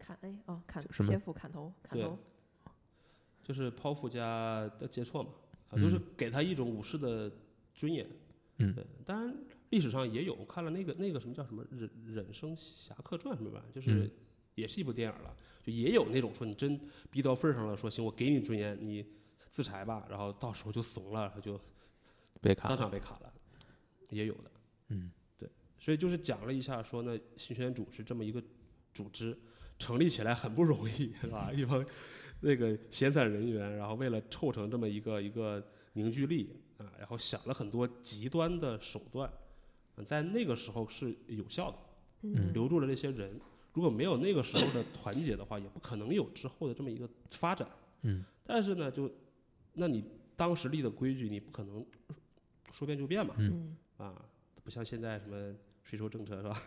[SPEAKER 2] 砍哎哦砍
[SPEAKER 1] 什么
[SPEAKER 2] 切腹砍头砍
[SPEAKER 3] 对
[SPEAKER 2] 头，
[SPEAKER 3] 就是剖腹加的接错嘛，啊，就是
[SPEAKER 1] 嗯
[SPEAKER 3] 给他一种武士的尊严。
[SPEAKER 1] 嗯
[SPEAKER 3] 对，当然历史上也有，我看了那个那个什么叫什么《忍忍生侠客传》什么吧，就是
[SPEAKER 1] 嗯
[SPEAKER 3] 也是一部电影了，就也有那种说你真逼到份儿上了，说行我给你尊严，你自裁吧，然后到时候就怂了，然后就
[SPEAKER 1] 被砍了。
[SPEAKER 3] 当场被砍了，也有的。
[SPEAKER 1] 嗯，
[SPEAKER 3] 所以就是讲了一下，说呢，新选组是这么一个组织，成立起来很不容易， 是吧？一帮那个闲散人员，然后为了凑成这么一个一个凝聚力啊，然后想了很多极端的手段，啊在那个时候是有效的，
[SPEAKER 1] 嗯
[SPEAKER 3] 留住了这些人。如果没有那个时候的团结的话，也不可能有之后的这么一个发展。
[SPEAKER 1] 嗯，
[SPEAKER 3] 但是呢，就那你当时立的规矩，你不可能说变就变嘛。
[SPEAKER 2] 嗯
[SPEAKER 3] 啊，不像现在什么税收政策是吧？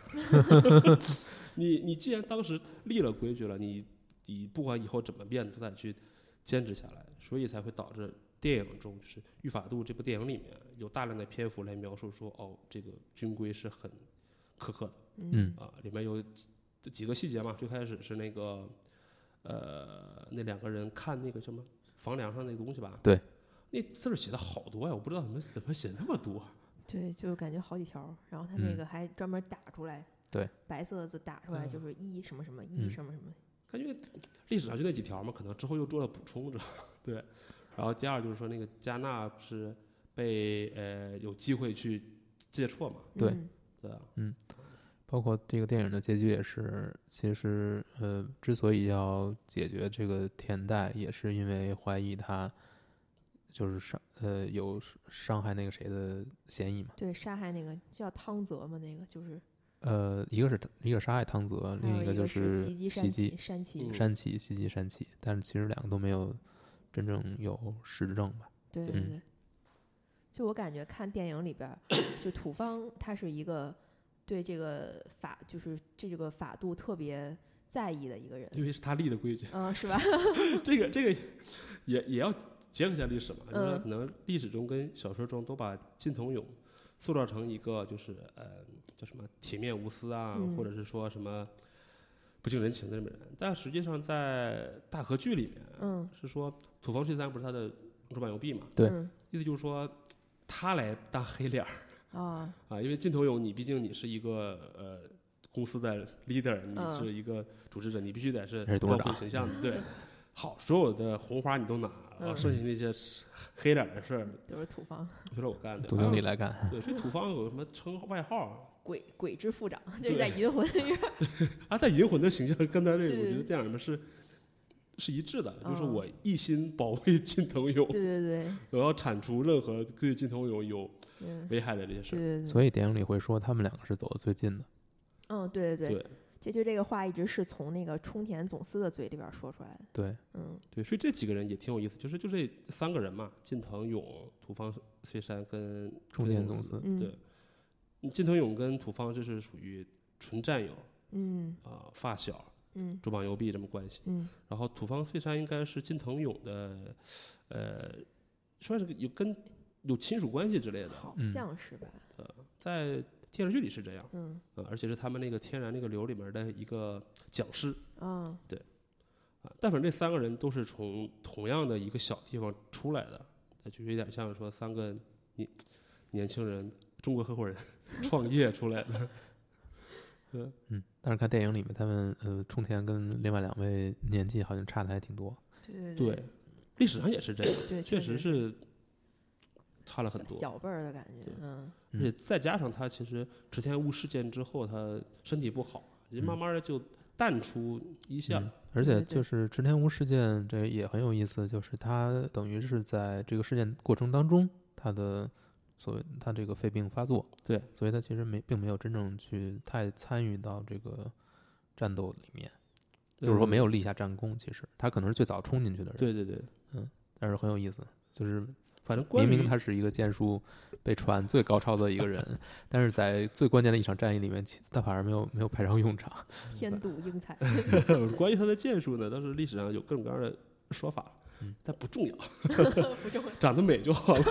[SPEAKER 3] 你你既然当时立了规矩了，你你不管以后怎么变，都得去坚持下来，所以才会导致电影中就是《御法度》这部电影里面有大量的篇幅来描述说，哦，这个军规是很苛刻的。
[SPEAKER 1] 嗯
[SPEAKER 3] 啊，里面有几几个细节嘛，最开始是那个，呃，那两个人看那个什么房梁上那个东西吧，
[SPEAKER 1] 对，
[SPEAKER 3] 那字儿写的好多呀，我不知道怎么怎么写那么多，
[SPEAKER 2] 对，就感觉好几条儿，然后他那
[SPEAKER 1] 嗯
[SPEAKER 2] 个还专门打出来，
[SPEAKER 1] 对，
[SPEAKER 2] 白色的字打出来
[SPEAKER 3] 嗯
[SPEAKER 2] 就是一什么什么一
[SPEAKER 1] 嗯
[SPEAKER 2] 什么什么，
[SPEAKER 3] 感觉历史上就那几条嘛，可能之后又做了补充，知道吧 对。然后第二就是说那个加纳是被呃有机会去借错嘛，
[SPEAKER 1] 对
[SPEAKER 2] 嗯
[SPEAKER 3] 对吧？
[SPEAKER 1] 包括这个电影的结局也是，其实呃，之所以要解决这个天代，也是因为怀疑他就是伤呃有伤害那个谁的嫌疑嘛。
[SPEAKER 2] 对，杀害那个叫汤泽嘛，那个就是，
[SPEAKER 1] 呃，一个是一个是杀害汤泽，
[SPEAKER 2] 还
[SPEAKER 1] 呃另
[SPEAKER 2] 有
[SPEAKER 1] 一个就是
[SPEAKER 2] 袭击山
[SPEAKER 1] 袭
[SPEAKER 2] 崎
[SPEAKER 1] 击
[SPEAKER 2] 山崎，
[SPEAKER 3] 嗯
[SPEAKER 1] 山崎袭击山崎，但是其实两个都没有真正有实证吧。
[SPEAKER 2] 对对
[SPEAKER 1] 嗯
[SPEAKER 2] 对。就我感觉看电影里边儿，就土方他是一个对这个法，就是这这个法度特别在意的一个人，
[SPEAKER 3] 因为是他立的规矩，
[SPEAKER 2] 嗯，是吧？
[SPEAKER 3] 这个这个也也要结合一下历史嘛，因为
[SPEAKER 2] 嗯
[SPEAKER 3] 可能历史中跟小说中都把金童勇塑造成一个就是呃叫什么铁面无私啊，
[SPEAKER 2] 嗯
[SPEAKER 3] 或者是说什么不近人情的这么人，但实际上在大河剧里面，啊
[SPEAKER 2] 嗯，
[SPEAKER 3] 是说土方岁三不是他的主板邮币嘛，
[SPEAKER 1] 对
[SPEAKER 2] 嗯
[SPEAKER 3] 意思就是说他来当黑脸儿，
[SPEAKER 2] 啊，
[SPEAKER 3] 啊，因为镜头勇，你毕竟你是一个呃公司的 leader，
[SPEAKER 2] 嗯
[SPEAKER 3] 你是一个组织者，你必须得是
[SPEAKER 1] 还是董事
[SPEAKER 3] 光
[SPEAKER 1] 长
[SPEAKER 3] 辉形象 的，对。好，所有的红花你都拿，然后
[SPEAKER 2] 嗯
[SPEAKER 3] 剩下那些黑脸的事儿
[SPEAKER 2] 都是土方
[SPEAKER 3] 都是我干的。
[SPEAKER 1] 杜
[SPEAKER 2] 哦
[SPEAKER 1] 经理
[SPEAKER 3] 来，
[SPEAKER 1] 来干，
[SPEAKER 3] 对，所以土方有什么称号外号啊？
[SPEAKER 2] 鬼鬼之副长，就是
[SPEAKER 3] 对
[SPEAKER 2] 在银魂里边儿
[SPEAKER 3] 啊，在银魂的形象跟他这个，
[SPEAKER 2] 对
[SPEAKER 3] 我觉
[SPEAKER 2] 对
[SPEAKER 3] 得电影里面是是一致的，就是
[SPEAKER 2] 嗯
[SPEAKER 3] 我一心保卫金藤勇，
[SPEAKER 2] 对对对，
[SPEAKER 3] 我要铲除任何对金藤勇有
[SPEAKER 2] 嗯，
[SPEAKER 3] 危害的这些事
[SPEAKER 2] 对
[SPEAKER 3] 儿。
[SPEAKER 2] 对对，
[SPEAKER 1] 所以电影里会说他们两个是走的最近的。
[SPEAKER 2] 嗯，对对
[SPEAKER 3] 对，
[SPEAKER 2] 这就这个话一直是从那个冲田总司的嘴里边儿说出来的，
[SPEAKER 1] 对，
[SPEAKER 2] 嗯
[SPEAKER 3] 对，所以这几个人也挺有意思，就是就这三个人嘛，金藤勇、土方岁山跟
[SPEAKER 1] 中间
[SPEAKER 3] 公
[SPEAKER 1] 公
[SPEAKER 3] 司。
[SPEAKER 1] 司，
[SPEAKER 2] 嗯
[SPEAKER 3] 对金藤勇跟土方这是属于纯战友
[SPEAKER 2] 嗯
[SPEAKER 3] 啊、发小、
[SPEAKER 2] 嗯
[SPEAKER 3] 竹膀右臂这么关系。
[SPEAKER 2] 嗯
[SPEAKER 3] 然后土方岁山应该是金藤勇的，呃，算是个有跟有亲属关系之类的
[SPEAKER 2] 嗯，。好
[SPEAKER 1] 嗯
[SPEAKER 2] 像是吧，
[SPEAKER 3] 在电视剧里是这样，
[SPEAKER 2] 嗯
[SPEAKER 3] 呃，而且是他们那个天然那个流里面的一个讲师
[SPEAKER 2] 啊
[SPEAKER 3] 啊、但凡这三个人都是从同样的一个小地方出来的，那就有点像说三个年年轻人，中国 合伙人创业出来的。对，
[SPEAKER 1] 嗯，但是看电影里面，他们呃，冲田跟另外两位年纪好像差的还挺多。
[SPEAKER 2] 对
[SPEAKER 3] 对，历史上也是这样，
[SPEAKER 2] 对，
[SPEAKER 3] 确实是差了很
[SPEAKER 2] 小
[SPEAKER 3] 多。
[SPEAKER 2] 小辈儿的感觉
[SPEAKER 3] 对，
[SPEAKER 2] 嗯
[SPEAKER 3] 而且再加上他其实池田屋事件之后，他身体不好，人慢慢的就淡出一线
[SPEAKER 1] 嗯
[SPEAKER 3] 了。
[SPEAKER 1] 而
[SPEAKER 2] 啊对
[SPEAKER 1] 且
[SPEAKER 2] 对对
[SPEAKER 1] 就是池田屋事件，这也很有意思，就是他等于是在这个事件过程当中，他的所谓他这个肺病发作，
[SPEAKER 3] 对，
[SPEAKER 1] 所以他其实没并没有真正去太参与到这个战斗里面，就是说没有立下战功。其实他可能是最早冲进去的人，
[SPEAKER 3] 对对对，
[SPEAKER 1] 但是很有意思，就是
[SPEAKER 3] 反正关
[SPEAKER 1] 明
[SPEAKER 3] 于
[SPEAKER 1] 明他是一个剑术被传最高超的一个人， 但是在最关键的一场战役里面，其他反而没有没有派上用场。
[SPEAKER 2] 天妒英 才，
[SPEAKER 3] 呃关于他的剑术呢，倒是历史上有各种各样的说法，
[SPEAKER 1] 嗯
[SPEAKER 3] 但不重要，
[SPEAKER 2] 不重要，
[SPEAKER 3] 长得美就好了，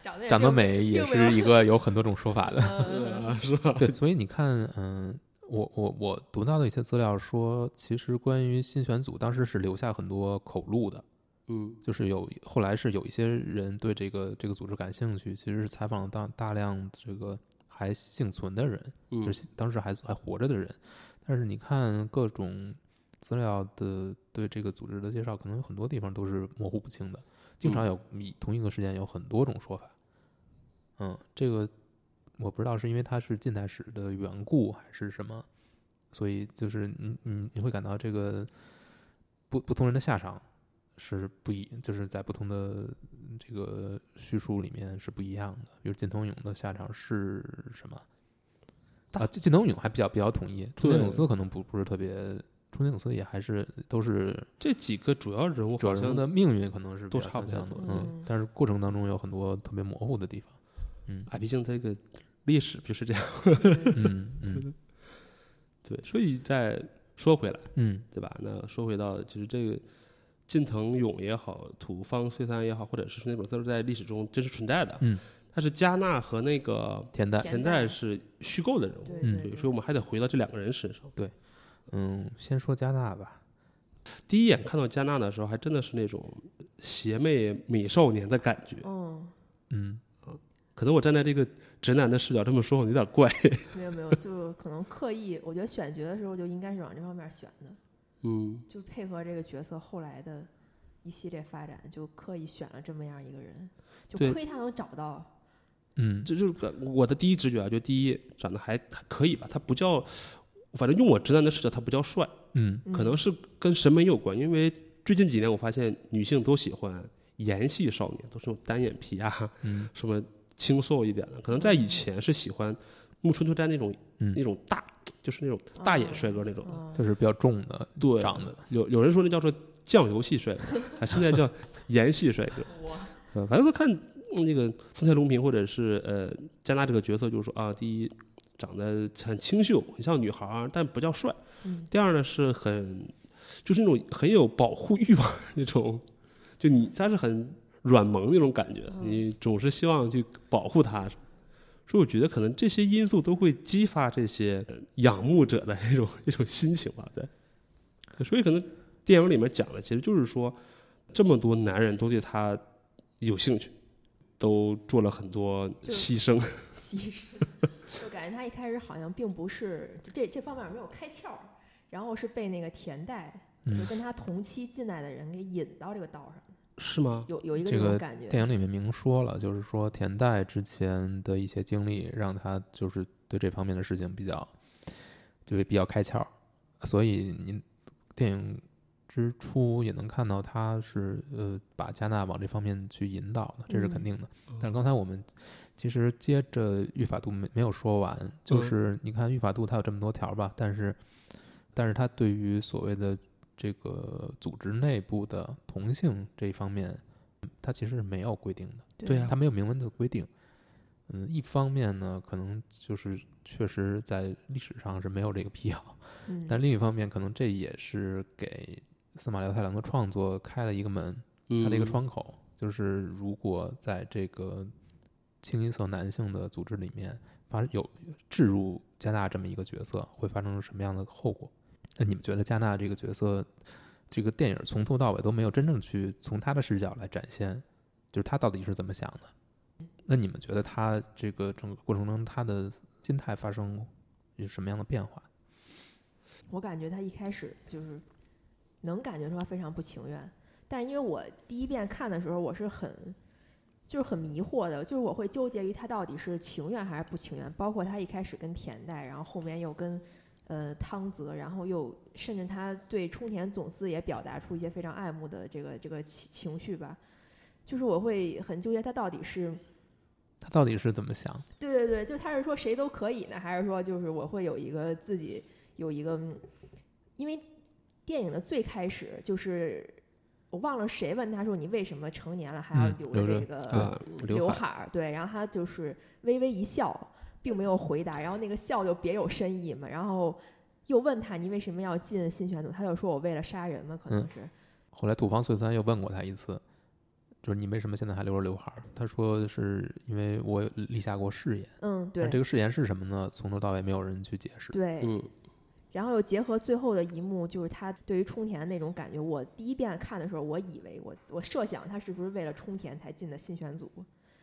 [SPEAKER 2] 长得也
[SPEAKER 1] 长得
[SPEAKER 2] 并不，
[SPEAKER 1] 美也
[SPEAKER 2] 并没有
[SPEAKER 1] 是一个有很多种说 法的。
[SPEAKER 2] 嗯
[SPEAKER 3] 啊是吧？
[SPEAKER 1] 对，所以你看，嗯，我我我读到的一些资料说，其实关于新选组当时是留下很多口录的，
[SPEAKER 3] 嗯，
[SPEAKER 1] 就是有后来是有一些人对这个这个组织感兴趣，其实是采访了大大量这个还幸存的人，
[SPEAKER 3] 嗯
[SPEAKER 1] 就是当时还还活着的人。但是你看各种资料的对这个组织的介绍，可能有很多地方都是模糊不清的，经常有以同一个事件有很多种说法。嗯，这个我不知道是因为它是近代史的缘故还是什么，所以就是你你你会感到这个不不同人的下场是不一，就是在不同的这个叙述里面是不一样的。比如金童勇的下场是什么？啊，金金童勇还比较比较统一，冲田
[SPEAKER 3] 对
[SPEAKER 1] 总司可能不不是特别，冲田总司也还是都是
[SPEAKER 3] 这几个主要人物
[SPEAKER 1] 主要
[SPEAKER 3] 好
[SPEAKER 1] 人物
[SPEAKER 3] 像
[SPEAKER 1] 的命运可能是比
[SPEAKER 3] 都
[SPEAKER 1] 较
[SPEAKER 3] 差不
[SPEAKER 1] 相像的
[SPEAKER 3] 多，
[SPEAKER 1] 嗯
[SPEAKER 2] 嗯，
[SPEAKER 1] 但是过程当中有很多特别模糊的地 方，嗯
[SPEAKER 3] 啊，毕竟这个历史就是这样，
[SPEAKER 1] 嗯嗯
[SPEAKER 3] 对，所以再说回来，
[SPEAKER 1] 嗯
[SPEAKER 3] 对吧？那说回到其实这个。近藤勇也好，土方岁三也好，或者是那种都是在历史中真实存在的，
[SPEAKER 1] 嗯，
[SPEAKER 3] 但是加纳和那个
[SPEAKER 1] 田代，
[SPEAKER 2] 田
[SPEAKER 3] 田
[SPEAKER 2] 代
[SPEAKER 3] 代是虚构的人物，
[SPEAKER 2] 对
[SPEAKER 1] 嗯
[SPEAKER 2] 对
[SPEAKER 3] 对，所以我们还得回到这两个人身上。
[SPEAKER 1] 嗯，先说加纳吧，
[SPEAKER 3] 第一眼看到加纳的时候，还真的是那种邪魅美少年的感觉。
[SPEAKER 2] 嗯，
[SPEAKER 1] 嗯，
[SPEAKER 3] 可能我站在这个直男的视角这么说，我有点怪。
[SPEAKER 2] 没有没有，就可能刻意，我觉得选角的时候就应该是往这方面选的，
[SPEAKER 3] 嗯，
[SPEAKER 2] 就配合这个角色后来的一系列发展，就刻意选了这么样一个人，就
[SPEAKER 3] 对
[SPEAKER 2] 亏他能找到，
[SPEAKER 1] 嗯
[SPEAKER 3] 这就是感我的第一直觉啊，就第一长得还还可以吧，他不叫，反正用我直男的视角，他不叫帅，
[SPEAKER 1] 嗯
[SPEAKER 2] 嗯
[SPEAKER 3] 可能是跟审美有关。因为最近几年我发现女性都喜欢颜系少年，都是那种单眼皮啊，
[SPEAKER 1] 嗯
[SPEAKER 3] 什么清瘦一点的。可能在以前是喜欢木村拓哉那种那
[SPEAKER 1] 嗯，
[SPEAKER 3] 种大，就是那种大眼帅哥那种的。
[SPEAKER 2] 嗯
[SPEAKER 1] 就是比较重的，
[SPEAKER 3] 对，
[SPEAKER 1] 长得
[SPEAKER 3] 有有人说那叫做酱油系帅哥，啊，现在叫盐系帅哥。
[SPEAKER 2] 我
[SPEAKER 3] 嗯，反正他看嗯那个松下龙平或者是呃加纳这个角色，就是说啊，第一长得很清秀，很像女孩儿，但不叫帅；
[SPEAKER 2] 嗯
[SPEAKER 3] 第二呢是很就是那种很有保护欲望那种，就你他是很软萌那种感觉，
[SPEAKER 2] 嗯
[SPEAKER 3] 你总是希望去保护他。所以我觉得可能这些因素都会激发这些呃仰慕者的一种一种心情吧，对。所以可能电影里面讲的其实就是说，这么多男人都对他有兴趣，都做了很多
[SPEAKER 2] 就是
[SPEAKER 3] 牺牲。
[SPEAKER 2] 牺牲。 就感觉他一开始好像并不是就这这方面没有开窍，然后是被那个田代，就
[SPEAKER 1] 嗯
[SPEAKER 2] 跟他同期进来的人给引到这个道上，
[SPEAKER 3] 是吗？
[SPEAKER 2] 有有一个
[SPEAKER 1] 这
[SPEAKER 2] 种
[SPEAKER 1] 个
[SPEAKER 2] 感觉。
[SPEAKER 1] 电影里面明说了，就是说田代之前的一些经历，让他就是对这方面的事情比较，就是比较开窍，所以您电影之初也能看到他是呃把加纳往这方面去引导的，这是肯
[SPEAKER 2] 嗯
[SPEAKER 1] 定的。但是刚才我们其实接着语法度没没有说完，就
[SPEAKER 3] 嗯
[SPEAKER 1] 是你看语法度它有这么多条吧，但是但是它对于所谓的这个组织内部的同性这一方面，它其实是没有规定的，
[SPEAKER 3] 对啊
[SPEAKER 1] 它没有明文的规定。嗯，一方面呢，可能就是确实在历史上是没有这个必要，
[SPEAKER 2] 嗯，
[SPEAKER 1] 但另一方面，可能这也是给司马辽太郎的创作开了一个门，
[SPEAKER 3] 嗯
[SPEAKER 1] 它的一个窗口，就是如果在这个清一色男性的组织里面发有置入加纳这么一个角色，会发生什么样的后果？那你们觉得加纳这个角色，这个电影从头到尾都没有真正去从他的视角来展现，就是他到底是怎么想的？那你们觉得他这个整个过程中他的心态发生有什么样的变化？
[SPEAKER 2] 我感觉他一开始就是能感觉出他非常不情愿，但是因为我第一遍看的时候，我是很就是很迷惑的，就是我会纠结于他到底是情愿还是不情愿，包括他一开始跟田代，然后后面又跟呃汤泽，然后又甚至他对冲田总司也表达出一些非常爱慕的这个这个情情绪吧，就是我会很纠结他到底是。
[SPEAKER 1] 他到底是怎么想？
[SPEAKER 2] 对对对，就他是说谁都可以呢，还是说就是我会有一个自己有一个，嗯因为电影的最开始就是我忘了谁问他说你为什么成年了还要
[SPEAKER 1] 嗯
[SPEAKER 2] 留
[SPEAKER 1] 留着
[SPEAKER 2] 着这个
[SPEAKER 3] 啊，
[SPEAKER 2] 刘
[SPEAKER 3] 刘海
[SPEAKER 2] 海儿？对，然后他就是微微一笑，并没有回答，然后那个笑就别有深意嘛，然后又问他你为什么要进新选组，他就说我为了杀人嘛，可能
[SPEAKER 1] 嗯
[SPEAKER 2] 是。
[SPEAKER 1] 后来土方岁三又问过他一次，就是你为什么现在还留着刘海儿？他说是因为我立下过誓言。
[SPEAKER 2] 嗯，
[SPEAKER 1] 但
[SPEAKER 2] 对
[SPEAKER 1] 这个誓言是什么呢？从头到尾没有人去解释。
[SPEAKER 2] 对，
[SPEAKER 3] 嗯，
[SPEAKER 2] 然后又结合最后的一幕，就是他对于冲田那种感觉。我第一遍看的时候，我以为我我设想他是不是为了冲田才进的新选组，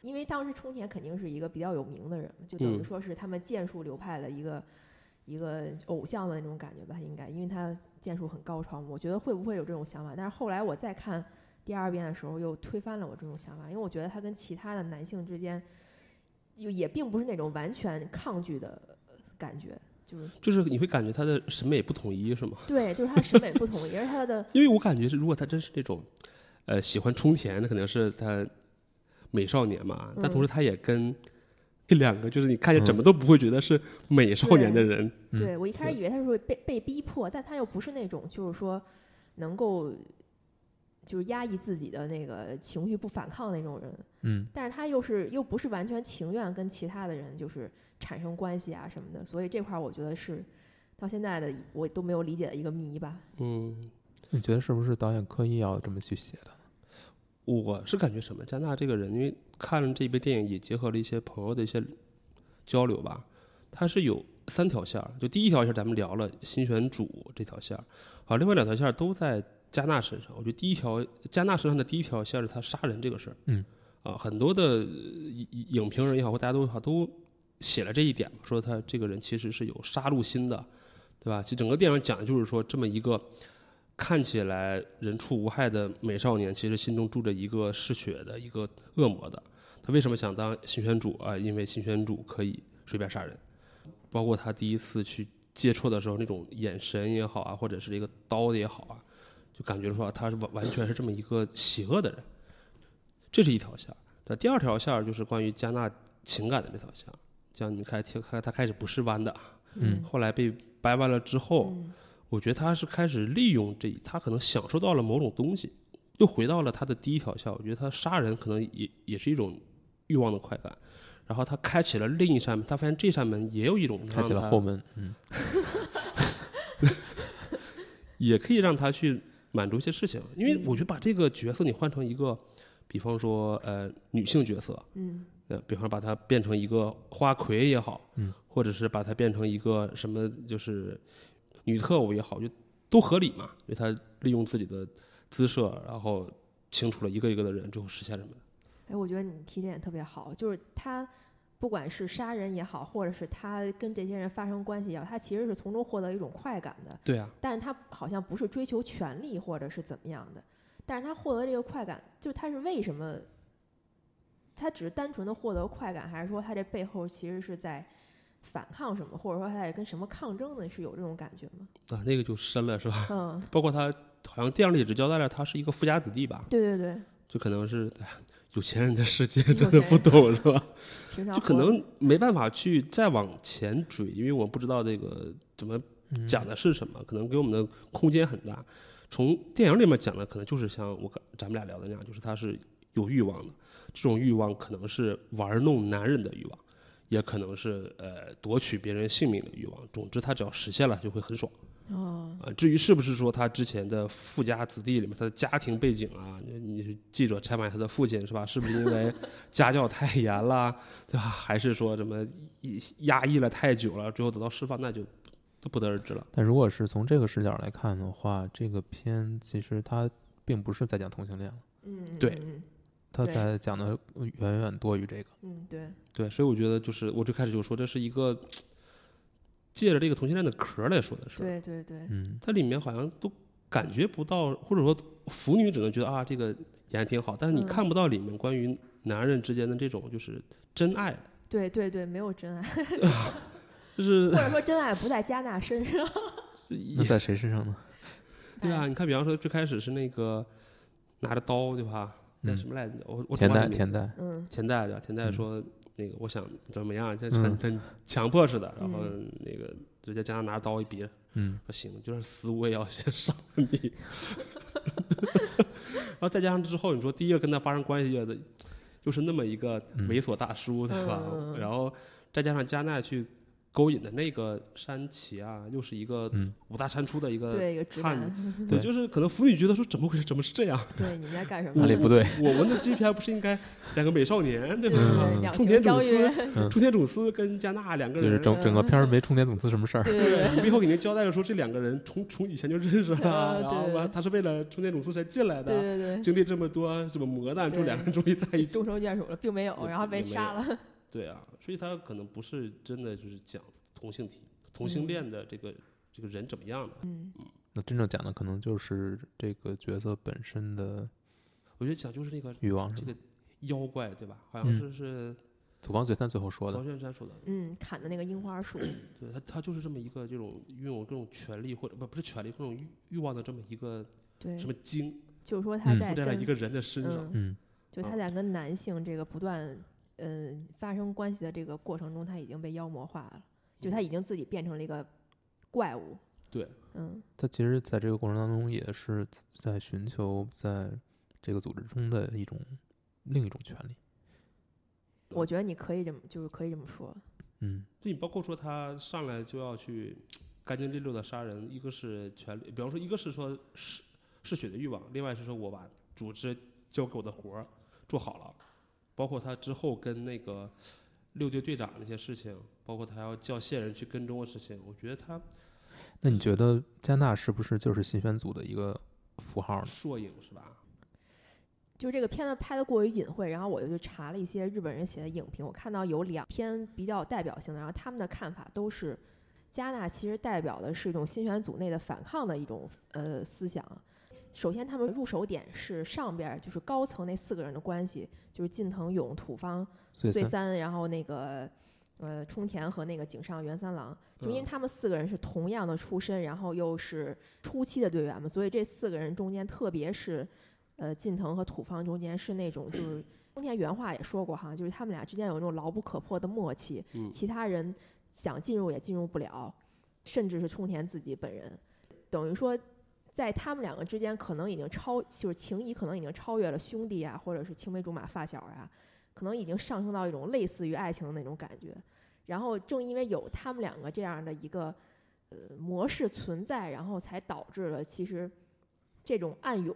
[SPEAKER 2] 因为当时冲田肯定是一个比较有名的人嘛，就等于
[SPEAKER 3] 嗯
[SPEAKER 2] 说是他们剑术流派的一个、一个偶像的那种感觉吧，应该，因为他剑术很高超嘛。我觉得会不会有这种想法？但是后来我再看第二遍的时候，又推翻了我这种想法，因为我觉得他跟其他的男性之间，又也并不是那种完全抗拒的呃感觉，就是。
[SPEAKER 3] 就是你会感觉他的审美不统一，是吗？
[SPEAKER 2] 对，就是他审美不同，也是他的
[SPEAKER 3] 因为我感觉是，如果他真是那种，呃，喜欢冲田，那肯定是他美少年嘛。
[SPEAKER 2] 嗯
[SPEAKER 3] 但同时，他也跟 这两个，就是你看见怎么都不会觉得是美少年的人，
[SPEAKER 1] 嗯
[SPEAKER 2] 对我一开始
[SPEAKER 3] 对
[SPEAKER 2] 以为他是被被逼迫，但他又不是那种就是说能够就是压抑自己的那个情绪不反抗那种人，
[SPEAKER 1] 嗯，
[SPEAKER 2] 但是他又是又不是完全情愿跟其他的人就是产生关系啊什么的，所以这块儿我觉得是到现在的我都没有理解的一个谜吧。
[SPEAKER 3] 嗯。
[SPEAKER 1] 你觉得是不是导演刻意要这么去写的？
[SPEAKER 3] 我是感觉什么？加纳这个人，因为看了这部电影，也结合了一些朋友的一些交流吧。他是有三条线儿，就第一条线儿咱们聊了新选主这条线儿，好，另外两条线儿都在加纳身上。我觉得第一条加纳身上的第一条线儿是他杀人这个事儿，
[SPEAKER 1] 嗯，
[SPEAKER 3] 啊、很多的呃影影影评人也好，或大家都好都写了这一点嘛，说他这个人其实是有杀戮心的，对吧？其实整个电影讲的就是说这么一个。看起来人畜无害的美少年，其实心中住着一个嗜血的一个恶魔的。他为什么想当新选主啊？因为新选主可以随便杀人，包括他第一次去接触的时候那种眼神也好啊，或者是一个刀的也好啊，就感觉说他是完完全是这么一个邪恶的人。这是一条线儿。那第二条线儿就是关于加纳情感的这条线儿，像你们开开他开始不是弯的，
[SPEAKER 1] 嗯
[SPEAKER 3] 后来被掰弯了之后，
[SPEAKER 2] 嗯
[SPEAKER 3] 我觉得他是开始利用这，他可能享受到了某种东西，又回到了他的第一条线。我觉得他杀人可能也也是一种欲望的快感，然后他开启了另一扇门，他发现这扇门也有一种
[SPEAKER 1] 开启
[SPEAKER 3] 让
[SPEAKER 1] 了
[SPEAKER 3] 他
[SPEAKER 1] 后门。嗯
[SPEAKER 3] 也可以让他去满足一些事情。因为我觉得把这个角色你换成一个，比方说呃女性角色，
[SPEAKER 2] 嗯，
[SPEAKER 3] 呃，比方把它变成一个花魁也好，
[SPEAKER 1] 嗯，
[SPEAKER 3] 或者是把它变成一个什么就是女特务也好，就都合理嘛，因为他利用自己的姿色，然后清除了一个一个的人，最后实现了什么？
[SPEAKER 2] 哎，我觉得你提点也特别好，就是他不管是杀人也好，或者是他跟这些人发生关系也好，他其实是从中获得一种快感的，
[SPEAKER 3] 对啊，
[SPEAKER 2] 但是他好像不是追求权利或者是怎么样的，但是他获得这个快感，就是他是为什么？他只是单纯的获得快感，还是说他这背后其实是在反抗什么，或者说他在跟什么抗争呢？是有这种感觉吗？
[SPEAKER 3] 啊，那个就深了是吧？
[SPEAKER 2] 嗯，
[SPEAKER 3] 包括他好像电影里只交代了他是一个富家子弟吧，
[SPEAKER 2] 对对对，
[SPEAKER 3] 就可能是哎有钱人的世界
[SPEAKER 2] 有
[SPEAKER 3] 真的
[SPEAKER 2] 钱
[SPEAKER 3] 不
[SPEAKER 2] 人
[SPEAKER 3] 懂是吧？
[SPEAKER 2] 平常
[SPEAKER 3] 就可
[SPEAKER 2] 活
[SPEAKER 3] 能没办法去再往前追，因为我不知道这个怎么
[SPEAKER 1] 嗯
[SPEAKER 3] 讲的是什么，可能给我们的空间很大。从电影里面讲的，可能就是像我刚咱们俩聊的那样，就是他是有欲望的，这种欲望可能是玩弄男人的欲望，也可能是呃夺取别人性命的欲望。总之，他只要实现了，就会很爽。
[SPEAKER 2] 哦，
[SPEAKER 3] 啊，至于是不是说他之前的富家子弟里面，他的家庭背景啊，你你是记者采访他的父亲是吧？是不是因为家教太严啦，对吧？还是说什么抑压抑了太久了，最后得到释放，那就都不得而知了。
[SPEAKER 1] 但如果是从这个视角来看的话，这个片其实它并不是在讲同性恋了，
[SPEAKER 2] 嗯，
[SPEAKER 3] 对
[SPEAKER 2] 嗯
[SPEAKER 1] 它
[SPEAKER 2] 对
[SPEAKER 1] 在讲的远远多于这个。
[SPEAKER 2] 嗯，对，
[SPEAKER 3] 对，所以我觉得就是我最开始就说，这是一个借着这个同性恋的壳儿来说的事儿，
[SPEAKER 2] 对对对，
[SPEAKER 1] 嗯，
[SPEAKER 3] 它里面好像都感觉不到，或者说腐女只能觉得啊这个演的挺好，但是你
[SPEAKER 2] 嗯
[SPEAKER 3] 看不到里面关于男人之间的这种就是真爱。
[SPEAKER 2] 对对对，没有真爱，
[SPEAKER 3] 就是
[SPEAKER 2] 或 者说真爱不在加纳身上。
[SPEAKER 1] 嗯那在谁身上呢？
[SPEAKER 3] 对啊，
[SPEAKER 2] 哎，
[SPEAKER 3] 你看，比方说最开始是那个拿着刀，对吧？那
[SPEAKER 1] 嗯
[SPEAKER 3] 什么来着？我我
[SPEAKER 1] 田
[SPEAKER 3] 找不
[SPEAKER 1] 代，
[SPEAKER 3] 到名字
[SPEAKER 1] 田代，
[SPEAKER 2] 嗯
[SPEAKER 3] 田代对吧？田代
[SPEAKER 1] 嗯
[SPEAKER 3] 说那个我想怎么样，这
[SPEAKER 1] 嗯
[SPEAKER 3] 很很强迫似的，然后
[SPEAKER 2] 嗯
[SPEAKER 3] 那个就在加上拿着刀一比，
[SPEAKER 1] 嗯，
[SPEAKER 3] 说行，就算死我也要先杀了你。 然后再加上之后，你说第一个跟他发生关系的，又是那么一个
[SPEAKER 1] 嗯
[SPEAKER 3] 猥琐大叔，对吧？
[SPEAKER 2] 嗯嗯嗯
[SPEAKER 3] 然后再加上加奈去勾引的那个山崎啊，又是一个
[SPEAKER 1] 嗯
[SPEAKER 3] 五大三粗的一个
[SPEAKER 2] 对，一个直
[SPEAKER 3] 汉
[SPEAKER 2] 男，
[SPEAKER 3] 对，
[SPEAKER 1] 对
[SPEAKER 3] 就是可能腐女觉得说怎么回事，怎么是这样？
[SPEAKER 2] 对，你们在干什么？
[SPEAKER 1] 哪里不对？
[SPEAKER 3] 我们的 G 片不是应该两个美少年对
[SPEAKER 2] 对
[SPEAKER 3] 吧？
[SPEAKER 1] 嗯
[SPEAKER 2] 对对，两
[SPEAKER 3] 冲
[SPEAKER 2] 情
[SPEAKER 3] 天主
[SPEAKER 2] 相
[SPEAKER 3] 司
[SPEAKER 2] 悦，
[SPEAKER 1] 嗯
[SPEAKER 3] 冲田主司跟加纳两个
[SPEAKER 1] 就
[SPEAKER 3] 人，
[SPEAKER 1] 是整整个片儿没充点总司什么事儿。
[SPEAKER 2] 对对
[SPEAKER 3] 对
[SPEAKER 2] 对，
[SPEAKER 3] 你背后给您交代了说这两个人从从以前就认识
[SPEAKER 2] 啊
[SPEAKER 3] 了，
[SPEAKER 2] 对
[SPEAKER 3] 然后完他是为了冲田主司才进来
[SPEAKER 2] 对
[SPEAKER 3] 的，
[SPEAKER 2] 对对。
[SPEAKER 3] 经历这么多这么磨难，
[SPEAKER 2] 对
[SPEAKER 3] 就两个人终于在一起。
[SPEAKER 2] 终成眷属了，并没有，
[SPEAKER 3] 也
[SPEAKER 2] 然后被
[SPEAKER 3] 也嗯没
[SPEAKER 2] 杀
[SPEAKER 3] 有
[SPEAKER 2] 了。
[SPEAKER 3] 对啊，所以他可能不是真的就是讲同性体同性恋的这个这个人怎么样的。
[SPEAKER 2] 嗯，
[SPEAKER 1] 那真正讲的可能就是这个角色本身的
[SPEAKER 3] 我觉得讲就是那个
[SPEAKER 1] 欲望，是
[SPEAKER 3] 这
[SPEAKER 1] 吧
[SPEAKER 3] 个妖怪对吧？好像是是
[SPEAKER 1] 土方岁三最后说的
[SPEAKER 3] 黄。轩山说的，
[SPEAKER 2] 嗯，砍的那个樱花树，
[SPEAKER 3] 对他，他就是这么一个这种拥有各种权利或者不不是权利，各种欲欲望的这么一个
[SPEAKER 2] 对
[SPEAKER 3] 什，么精
[SPEAKER 2] 就是说他
[SPEAKER 1] 嗯
[SPEAKER 2] 在
[SPEAKER 3] 附在了一
[SPEAKER 2] 跟
[SPEAKER 3] 个人的身上。
[SPEAKER 2] 嗯，
[SPEAKER 1] 嗯，
[SPEAKER 2] 就他在跟男性这个不断嗯发生关系的这个过程中，他已经被妖魔化了，就他已经自己变成了一个怪物。
[SPEAKER 3] 嗯对，
[SPEAKER 2] 嗯，
[SPEAKER 1] 他其实在这个过程当中也是在寻求在这个组织中的一种另一种权利。
[SPEAKER 2] 我觉得你可以这么，就是可以这么说。
[SPEAKER 1] 嗯，
[SPEAKER 3] 对你包括说他上来就要去干净利落的杀人，一个是权利，比方说一个是说嗜嗜血的欲望，另外是说我把组织交给我的活儿做好了，包括他之后跟那个六队队长那些事情，包括他要叫线人去跟踪的事情，我觉得他
[SPEAKER 1] 那你觉得加纳是不是就是新选组的一个符号呢？
[SPEAKER 3] 硕影是吧？
[SPEAKER 2] 就是这个片子拍的过于隐晦，然后我就去查了一些日本人写的影评，我看到有两篇比较有代表性的，然后他们的看法都是，加纳其实代表的是一种新选组内的反抗的一种呃思想。首先，他们入手点是上边儿就是高层那四个人的关系，就是近藤勇、土方、
[SPEAKER 1] 所以
[SPEAKER 2] 穗
[SPEAKER 1] 三
[SPEAKER 2] 三，然后那个呃冲田和那个井上元三郎，就因为
[SPEAKER 3] 嗯
[SPEAKER 2] 他们四个人是同样的出身，然后又是初期的队员嘛，所以这四个人中间，特别是呃近藤和土方中间是那种就是冲田原话也说过哈，就是他们俩之间有那种牢不可破的默契，
[SPEAKER 3] 嗯
[SPEAKER 2] 其他人想进入也进入不了，甚至是冲田自己本人，等于说。在他们两个之间，可能已经超，就是情谊，可能已经超越了兄弟啊，或者是青梅竹马、发小啊，可能已经上升到一种类似于爱情的那种感觉。然后正因为有他们两个这样的一个呃模式存在，然后才导致了其实这种暗涌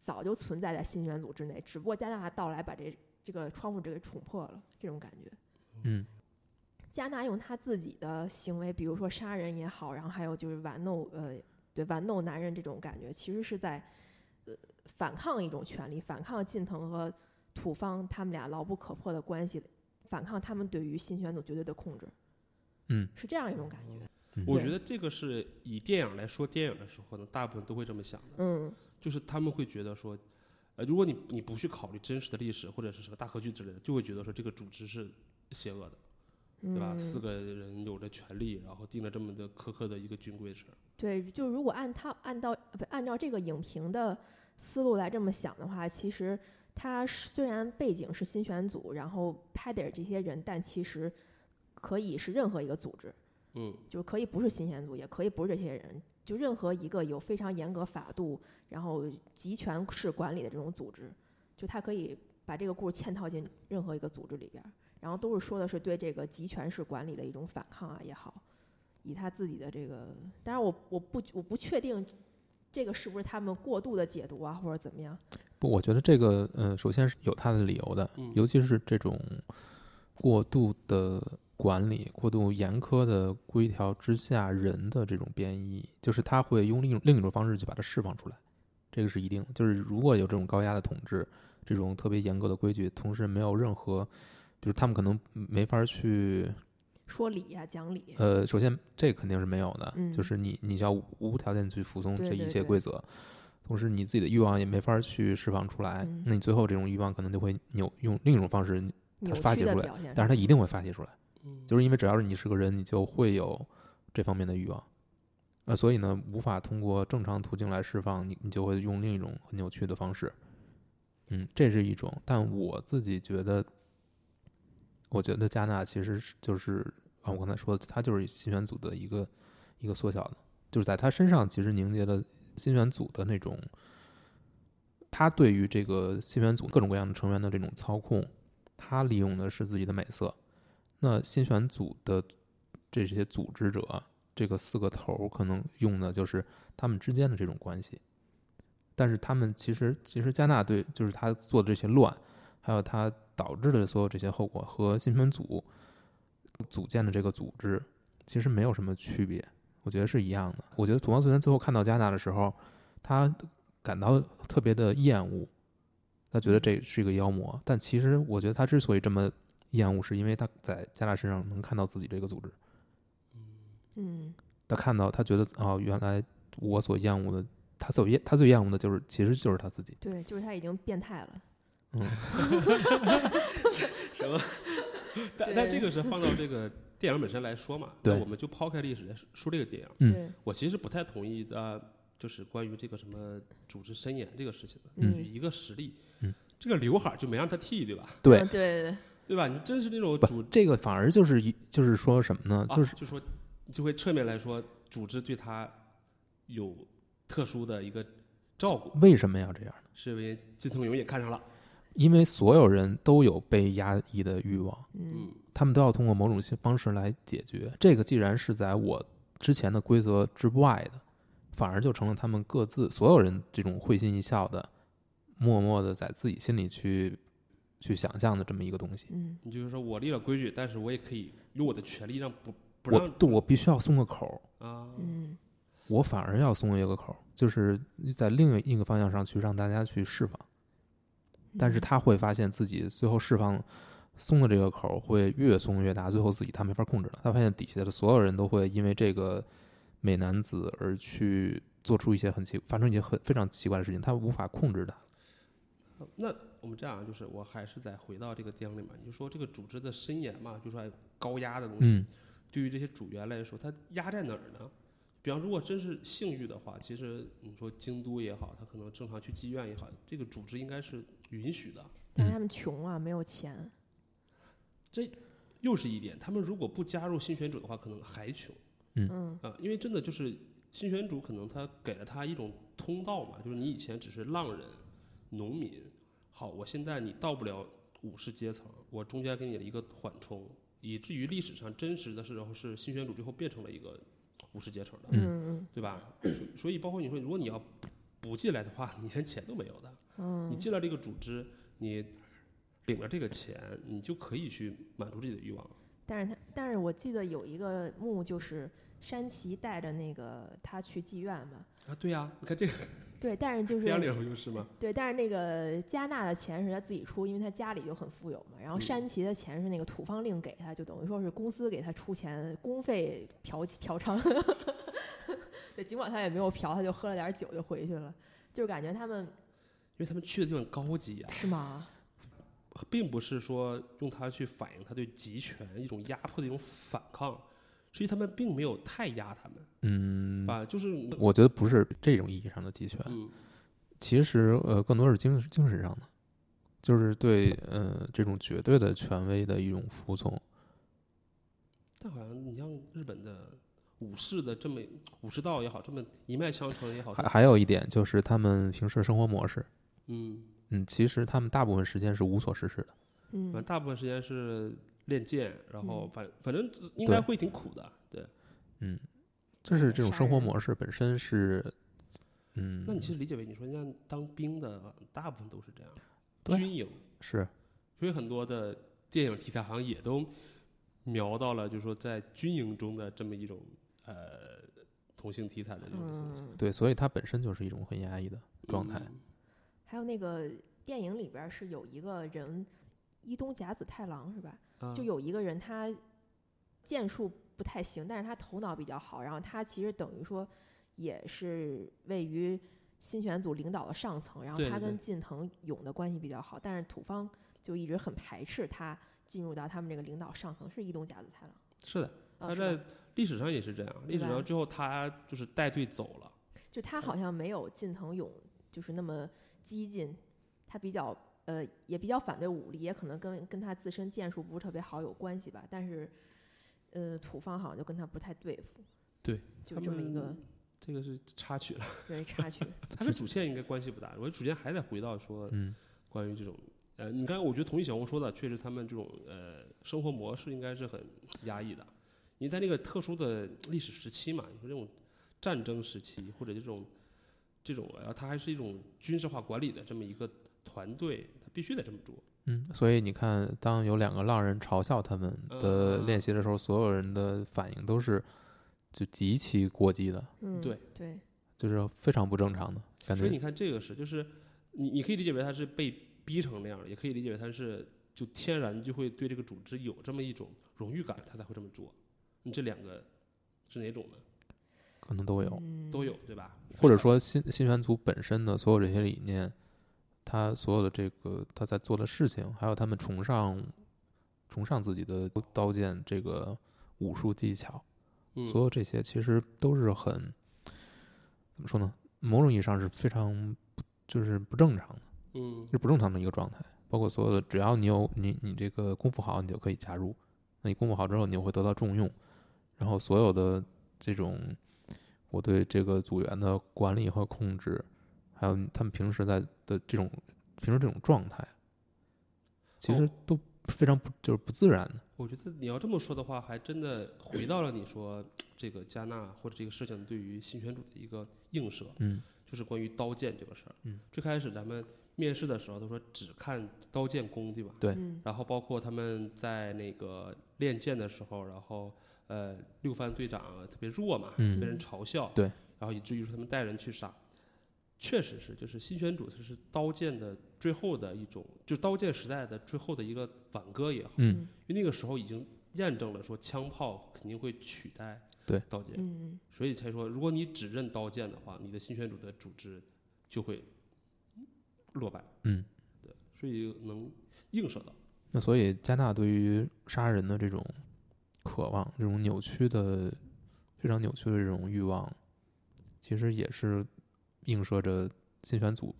[SPEAKER 2] 早就存在在新选组之内，只不过加拿大到来把这这个窗户这给冲破了，这种感觉。
[SPEAKER 1] 嗯，
[SPEAKER 2] 加纳用他自己的行为，比如说杀人也好，然后还有就是玩弄呃，对玩弄男人这种感觉，其实是在呃反抗一种权利，反抗近藤和土方他们俩牢不可破的关系，反抗他们对于新选组绝对的控制，
[SPEAKER 1] 嗯，
[SPEAKER 2] 是这样一种感觉。
[SPEAKER 1] 嗯
[SPEAKER 3] 我觉得这个是以电影来说电影的时候呢，大部分都会这么想的，
[SPEAKER 2] 嗯
[SPEAKER 3] 就是他们会觉得说，呃，如果你你不去考虑真实的历史或者是什么大合剧之类的，就会觉得说这个组织是邪恶的，
[SPEAKER 2] 嗯，
[SPEAKER 3] 对吧？四个人有着权利，然后定了这么的苛刻的一个军规制，
[SPEAKER 2] 对，就如果按他按到不按照这个影评的思路来这么想的话，其实他虽然背景是新选组，然后拍的也是这些人，但其实可以是任何一个组织，
[SPEAKER 3] 嗯，
[SPEAKER 2] 就是可以不是新选组，也可以不是这些人，就任何一个有非常严格法度，然后集权式管理的这种组织，就他可以把这个故事嵌套进任何一个组织里边儿，然后都是说的是对这个集权式管理的一种反抗啊也好，以他自己的这个，当然我我不我不确定这个是不是他们过度的解读啊或者怎么样，
[SPEAKER 1] 不，我觉得这个，呃，首先是有它的理由的，
[SPEAKER 3] 嗯
[SPEAKER 1] 尤其是这种过度的管理、过度严苛的规条之下，人的这种变异，就是他会用另一种另一种方式去把它释放出来，这个是一定的。就是如果有这种高压的统治，这种特别严格的规矩，同时没有任何，比如他们可能没法去
[SPEAKER 2] 说理啊讲理，
[SPEAKER 1] 呃，首先这肯定是没有的，
[SPEAKER 2] 嗯
[SPEAKER 1] 就是你你要无无条件去服从
[SPEAKER 2] 对
[SPEAKER 1] 这一
[SPEAKER 2] 对
[SPEAKER 1] 切
[SPEAKER 2] 对
[SPEAKER 1] 规则，同时你自己的欲望也没法去释放出来，
[SPEAKER 2] 嗯
[SPEAKER 1] 那你最后这种欲望可能就会扭用另一种方式，
[SPEAKER 2] 扭
[SPEAKER 1] 发
[SPEAKER 2] 曲
[SPEAKER 1] 泄
[SPEAKER 2] 的
[SPEAKER 1] 出来
[SPEAKER 2] 表现，
[SPEAKER 1] 但是它一定会发泄出来，
[SPEAKER 3] 嗯
[SPEAKER 1] 就是因为只要是你是个人，你就会有这方面的欲望，呃，所以呢，无法通过正常途径来释放，你你就会用另一种很扭曲的方式，嗯，这是一种，但我自己觉得，我觉得加纳其实是就是啊，我刚才说的，它就是新选组的一个一个缩小的，就是在他身上其实凝结了新选组的那种，他对于这个新选组各种各样的成员的这种操控，他利用的是自己的美色。那新选组的这些组织者，啊这个四个头儿可能用的就是他们之间的这种关系，但是他们其实其实加纳对就是他做的这些乱，还有他导致的所有这些后果和新选组组建的这个组织其实没有什么区别，我觉得是一样的。我觉得土方岁三最后看到加纳的时候，他感到特别的厌恶，他觉得这是一个妖魔。但其实我觉得他之所以这么厌恶，是因为他在加纳身上能看到自己这个组织，
[SPEAKER 2] 嗯
[SPEAKER 1] 他看到他觉得哦，原来我所厌恶的，他所厌他最厌恶的就是其实就是他自己。
[SPEAKER 2] 对，就是他已经变态了，
[SPEAKER 1] 嗯，
[SPEAKER 3] 什么？但
[SPEAKER 2] 对
[SPEAKER 3] 但这个是放到这 个电影本身来说嘛，
[SPEAKER 1] 对
[SPEAKER 3] 那我们就抛开历史来说说这个电影。
[SPEAKER 1] 嗯
[SPEAKER 2] 对，
[SPEAKER 3] 我其实不太同意啊，就是关于这个什么组织森严这个事情的。
[SPEAKER 1] 嗯
[SPEAKER 3] 举一个实例，
[SPEAKER 1] 嗯
[SPEAKER 3] 这个刘海儿就没让他剃，对吧？
[SPEAKER 1] 对
[SPEAKER 2] 嗯对对对，
[SPEAKER 3] 对吧？你真是那种
[SPEAKER 1] 不，
[SPEAKER 3] 组，
[SPEAKER 1] 这个反而就是一就是说什么呢？就是
[SPEAKER 3] 啊、就说就会侧面来说，组织对他有特殊的一个照顾，
[SPEAKER 1] 为什么要这样？
[SPEAKER 3] 是因为金童勇也看上了，
[SPEAKER 1] 因为所有人都有被压抑的欲望。
[SPEAKER 2] 嗯
[SPEAKER 3] 嗯，
[SPEAKER 1] 他们都要通过某种新方式来解决。这个既然是在我之前的规则之外的，反而就成了他们各自所有人这种会心一笑的，默默的在自己心里去去想象的这么一个东西。
[SPEAKER 2] 嗯
[SPEAKER 3] 你就是说我立了规矩，但是我也可以用我的权利让不不
[SPEAKER 1] 我
[SPEAKER 3] 让
[SPEAKER 1] 对我必须要松个口儿，
[SPEAKER 3] 啊，
[SPEAKER 2] 嗯
[SPEAKER 1] 我反而要松一个口儿，就是在另一个方向上去让大家去释放。
[SPEAKER 2] 嗯
[SPEAKER 1] 但是他会发现自己最后释放松的这个口儿会越松越大，最后自己他没法控制了。他发现底下的所有人都会因为这个美男子而去做出一些很奇，发生一些很非常奇怪的事情，他无法控制他。
[SPEAKER 3] 那我们这样啊，就是我还是再回到这个电影里面，你就说这个组织的森严嘛，就说哎高压的东西，
[SPEAKER 1] 嗯
[SPEAKER 3] 对于这些组员来说，它压在哪儿呢？比方，如果真是性欲的话，其实你说京都也好，他可能正常去妓院也好，这个组织应该是允许的。
[SPEAKER 1] 嗯
[SPEAKER 2] 但是他们穷啊，没有钱，
[SPEAKER 3] 又是一点，他们如果不加入新选组的话，可能还穷
[SPEAKER 2] 嗯
[SPEAKER 3] 啊、因为真的就是新选组可能他给了他一种通道嘛，就是你以前只是浪人、农民，好，我现在你到不了武士阶层，我中间给你了一个缓冲，以至于历史上真实的时候是新选组最后变成了一个武士阶层的。
[SPEAKER 2] 嗯
[SPEAKER 3] 对吧？所所以包括你说，如果你要不不进来的话，你连钱都没有的。你
[SPEAKER 2] 嗯
[SPEAKER 3] 进了这个组织，你领了这个钱，你就可以去满足自己的欲望。
[SPEAKER 2] 但是他，但是我记得有一个幕就是山崎带着那个他去妓院嘛，
[SPEAKER 3] 啊，对呀、你看这个
[SPEAKER 2] 对，但是就
[SPEAKER 3] 片儿里
[SPEAKER 2] 是
[SPEAKER 3] 头就是嘛，
[SPEAKER 2] 对，但是那个加纳的钱是他自己出，因为他家里就很富有嘛。然后
[SPEAKER 3] 嗯
[SPEAKER 2] 山崎的钱是那个土方令给他，就等于说是公司给他出钱，公费嫖嫖娼。 对，尽管他也没有嫖，他就喝了点酒就回去了，就感觉他们
[SPEAKER 3] 因为他们去的地方高级啊，
[SPEAKER 2] 是吗？
[SPEAKER 3] 并不是说用它去反映他对集权一种压迫的一种反抗，所以他们并没有太压他们
[SPEAKER 1] 嗯，
[SPEAKER 3] 吧，就是
[SPEAKER 1] 我觉得不是这种意义上的集权，
[SPEAKER 3] 嗯，
[SPEAKER 1] 其实呃更多是精精神上的，就是对呃这种绝对的权威的一种服从。
[SPEAKER 3] 但好像你像日本的武士的这么武士道也好，这么一脉相承也好，
[SPEAKER 1] 还还有一点就是他们平时的生活模式，
[SPEAKER 3] 嗯，
[SPEAKER 1] 嗯，其实他们大部分时间是无所事事的，
[SPEAKER 3] 反正
[SPEAKER 2] 嗯，
[SPEAKER 3] 啊大部分时间是练剑，然后
[SPEAKER 2] 嗯
[SPEAKER 3] 反反正应该会挺苦的，对。
[SPEAKER 1] 嗯，就是这种生活
[SPEAKER 2] 杀人
[SPEAKER 1] 模式本身是，嗯，
[SPEAKER 3] 那你其实理解为你说像当兵的大部分都是这样，
[SPEAKER 1] 对啊
[SPEAKER 3] 军营，
[SPEAKER 1] 是
[SPEAKER 3] 所以很多的电影题材好像也都瞄到了，就是说在军营中的这么一种呃同性题材的这种形
[SPEAKER 2] 嗯，
[SPEAKER 3] 象
[SPEAKER 1] 对，所以它本身就是一种很压抑的状态。
[SPEAKER 3] 嗯
[SPEAKER 2] 还有那个电影里边儿是有一个人，伊东甲子太郎是吧？
[SPEAKER 3] 啊
[SPEAKER 2] 就有一个人他剑术不太行，但是他头脑比较好，然后他其实等于说也是位于新选组领导的上层，然后
[SPEAKER 3] 对
[SPEAKER 2] 他
[SPEAKER 3] 对对
[SPEAKER 2] 跟近藤勇的关系比较好，但是土方就一直很排斥他进入到他们这个领导上层，是伊东甲子太郎。
[SPEAKER 3] 是的，
[SPEAKER 2] 啊
[SPEAKER 3] 他
[SPEAKER 2] 是吧
[SPEAKER 3] 在历史上也是这样，历史
[SPEAKER 2] 对吧
[SPEAKER 3] 上最后他就是带队走了，
[SPEAKER 2] 就他好像没有近藤勇就是那么激进，他比较呃也比较反对武力，也可能跟跟他自身剑术不是特别好有关系吧。但是，呃，土方好像就跟他不太对付。
[SPEAKER 3] 对，
[SPEAKER 2] 就
[SPEAKER 3] 他
[SPEAKER 2] 这么一个
[SPEAKER 3] 们这个是插曲了，
[SPEAKER 2] 人插 曲。
[SPEAKER 3] 它跟主线应该关系不大。我觉得主线还得回到说
[SPEAKER 1] 嗯，
[SPEAKER 3] 关于这种。呃，你刚才我觉得同意小红说的，确实他们这种呃生活模式应该是很压抑的，因为在那个特殊的历史时期嘛，你说这种战争时期或者这种这种，然后它还是一种军事化管理的这么一个团队，它必须得这么做。
[SPEAKER 1] 嗯，所以你看，当有两个浪人嘲笑他们的
[SPEAKER 3] 嗯
[SPEAKER 1] 练习的时候，所有人的反应都是就极其过激的，
[SPEAKER 2] 嗯，
[SPEAKER 3] 对
[SPEAKER 2] 对，
[SPEAKER 1] 就是非常不正常的感
[SPEAKER 3] 所以
[SPEAKER 1] 觉
[SPEAKER 3] 你。看这个是，就是你你可以理解为他是被逼成那样的，也可以理解为他是就天然就会对这个组织有这么一种荣誉感，他才会这么做。你这两个是哪种呢？
[SPEAKER 1] 可能都有，
[SPEAKER 2] 嗯
[SPEAKER 3] 都有对吧？嗯
[SPEAKER 1] 或者说新新选组本身的所有这些理念，他所有的这个他在做的事情，还有他们崇尚崇尚自己的刀剑这个武术技巧，
[SPEAKER 3] 嗯，
[SPEAKER 1] 所有这些其实都是很怎么说呢？某种意义上是非常不就是不正常的，
[SPEAKER 3] 嗯
[SPEAKER 1] 是不正常的一个状态。包括所有的，只要你有你你这个功夫好，你就可以加入。那你功夫好之后，你就会得到重用。然后所有的这种我对这个组员的管理和控制，还有他们平时在的这种平时这种状态，其实
[SPEAKER 3] 哦
[SPEAKER 1] 都非常不就是不自然的。
[SPEAKER 3] 我觉得你要这么说的话，还真的回到了你说这个加纳或者这个事情对于新选组的一个映射，
[SPEAKER 1] 嗯，
[SPEAKER 3] 就是关于刀剑这个事儿。
[SPEAKER 1] 嗯，
[SPEAKER 3] 最开始咱们面试的时候都说只看刀剑功，对吧？
[SPEAKER 1] 对
[SPEAKER 2] 嗯
[SPEAKER 3] 然后包括他们在那个练剑的时候，然后呃六番队长特别弱嘛，
[SPEAKER 1] 嗯
[SPEAKER 3] 被人嘲笑，
[SPEAKER 1] 对，
[SPEAKER 3] 然后以至于说他们带人去杀，确实是，就是新选组就是刀剑的最后的一种，就刀剑时代的最后的一个挽歌也好，
[SPEAKER 1] 嗯
[SPEAKER 3] 因为那个时候已经验证了说枪炮肯定会取代
[SPEAKER 1] 对
[SPEAKER 3] 刀剑，
[SPEAKER 2] 嗯，
[SPEAKER 3] 所以才说如果你只认刀剑的话，你的新选组的组织就会落败，
[SPEAKER 1] 嗯，
[SPEAKER 3] 对，所以能映射到。
[SPEAKER 1] 那所以加纳对于杀人的这种渴望，这种扭曲的、非常扭曲的这种欲望，其实也是映射着新选组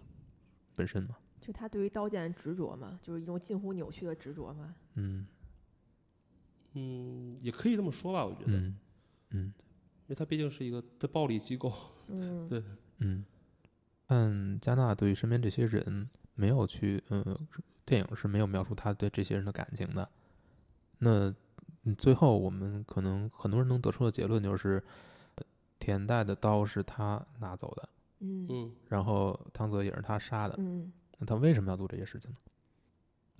[SPEAKER 1] 本身嘛。
[SPEAKER 2] 就他对于刀剑的执着嘛，就是一种近乎扭曲的执着嘛。
[SPEAKER 1] 嗯
[SPEAKER 3] 嗯，也可以这么说吧，我觉得，因
[SPEAKER 1] 嗯嗯
[SPEAKER 3] 为它毕竟是一个的暴力机构，
[SPEAKER 2] 嗯，
[SPEAKER 3] 对
[SPEAKER 1] 嗯。但加纳对于身边这些人没有去，呃，电影是没有描述他对这些人的感情的。那嗯最后我们可能很多人能得出的结论就是，呃田代的刀是他拿走的。
[SPEAKER 2] 嗯
[SPEAKER 3] 嗯，
[SPEAKER 1] 然后汤泽也是他杀的，
[SPEAKER 2] 嗯
[SPEAKER 1] 那他为什么要做这些事情呢？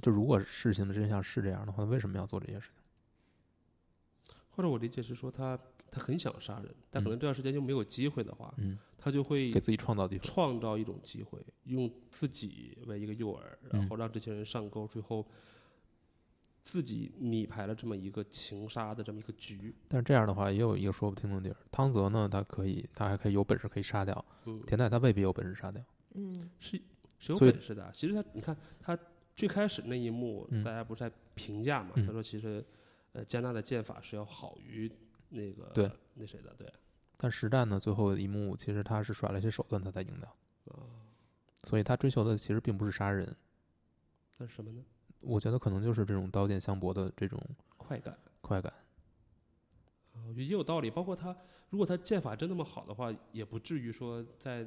[SPEAKER 1] 就如果事情的真相是这样的话，他为什么要做这些事情？
[SPEAKER 3] 或者我理解是说他他很想杀人，但可能
[SPEAKER 1] 嗯
[SPEAKER 3] 这段时间就没有机会的话，
[SPEAKER 1] 嗯，
[SPEAKER 3] 他就会
[SPEAKER 1] 给自己创造机会，
[SPEAKER 3] 创造一种机会，用自己为一个诱饵，然
[SPEAKER 1] 嗯
[SPEAKER 3] 后让这些人上钩，最后自己米排了这么一个情杀的这么一个局。
[SPEAKER 1] 但是这样的话也有一个说不清的地儿。汤泽呢，他可以，他还可以有本事可以杀掉
[SPEAKER 3] 嗯，
[SPEAKER 1] 田代，他未必有本事杀掉。
[SPEAKER 2] 嗯
[SPEAKER 3] 是是有
[SPEAKER 1] 所以
[SPEAKER 3] 本事的啊。其实他，你看他最开始那一幕，
[SPEAKER 1] 嗯
[SPEAKER 3] 大家不是在评价嘛？
[SPEAKER 1] 嗯
[SPEAKER 3] 他说其实，呃，加纳的剑法是要好于那个
[SPEAKER 1] 对
[SPEAKER 3] 那谁的，对
[SPEAKER 1] 但实战呢，最后一幕其实他是耍了一些手段，他才赢的。
[SPEAKER 3] 啊。
[SPEAKER 1] 所以他追求的其实并不是杀人，
[SPEAKER 3] 那是什么呢？
[SPEAKER 1] 我觉得可能就是这种刀剑相搏的这种
[SPEAKER 3] 快感
[SPEAKER 1] 快感。
[SPEAKER 3] 啊，我觉得也有道理。包括他，如果他剑法真那么好的话，也不至于说在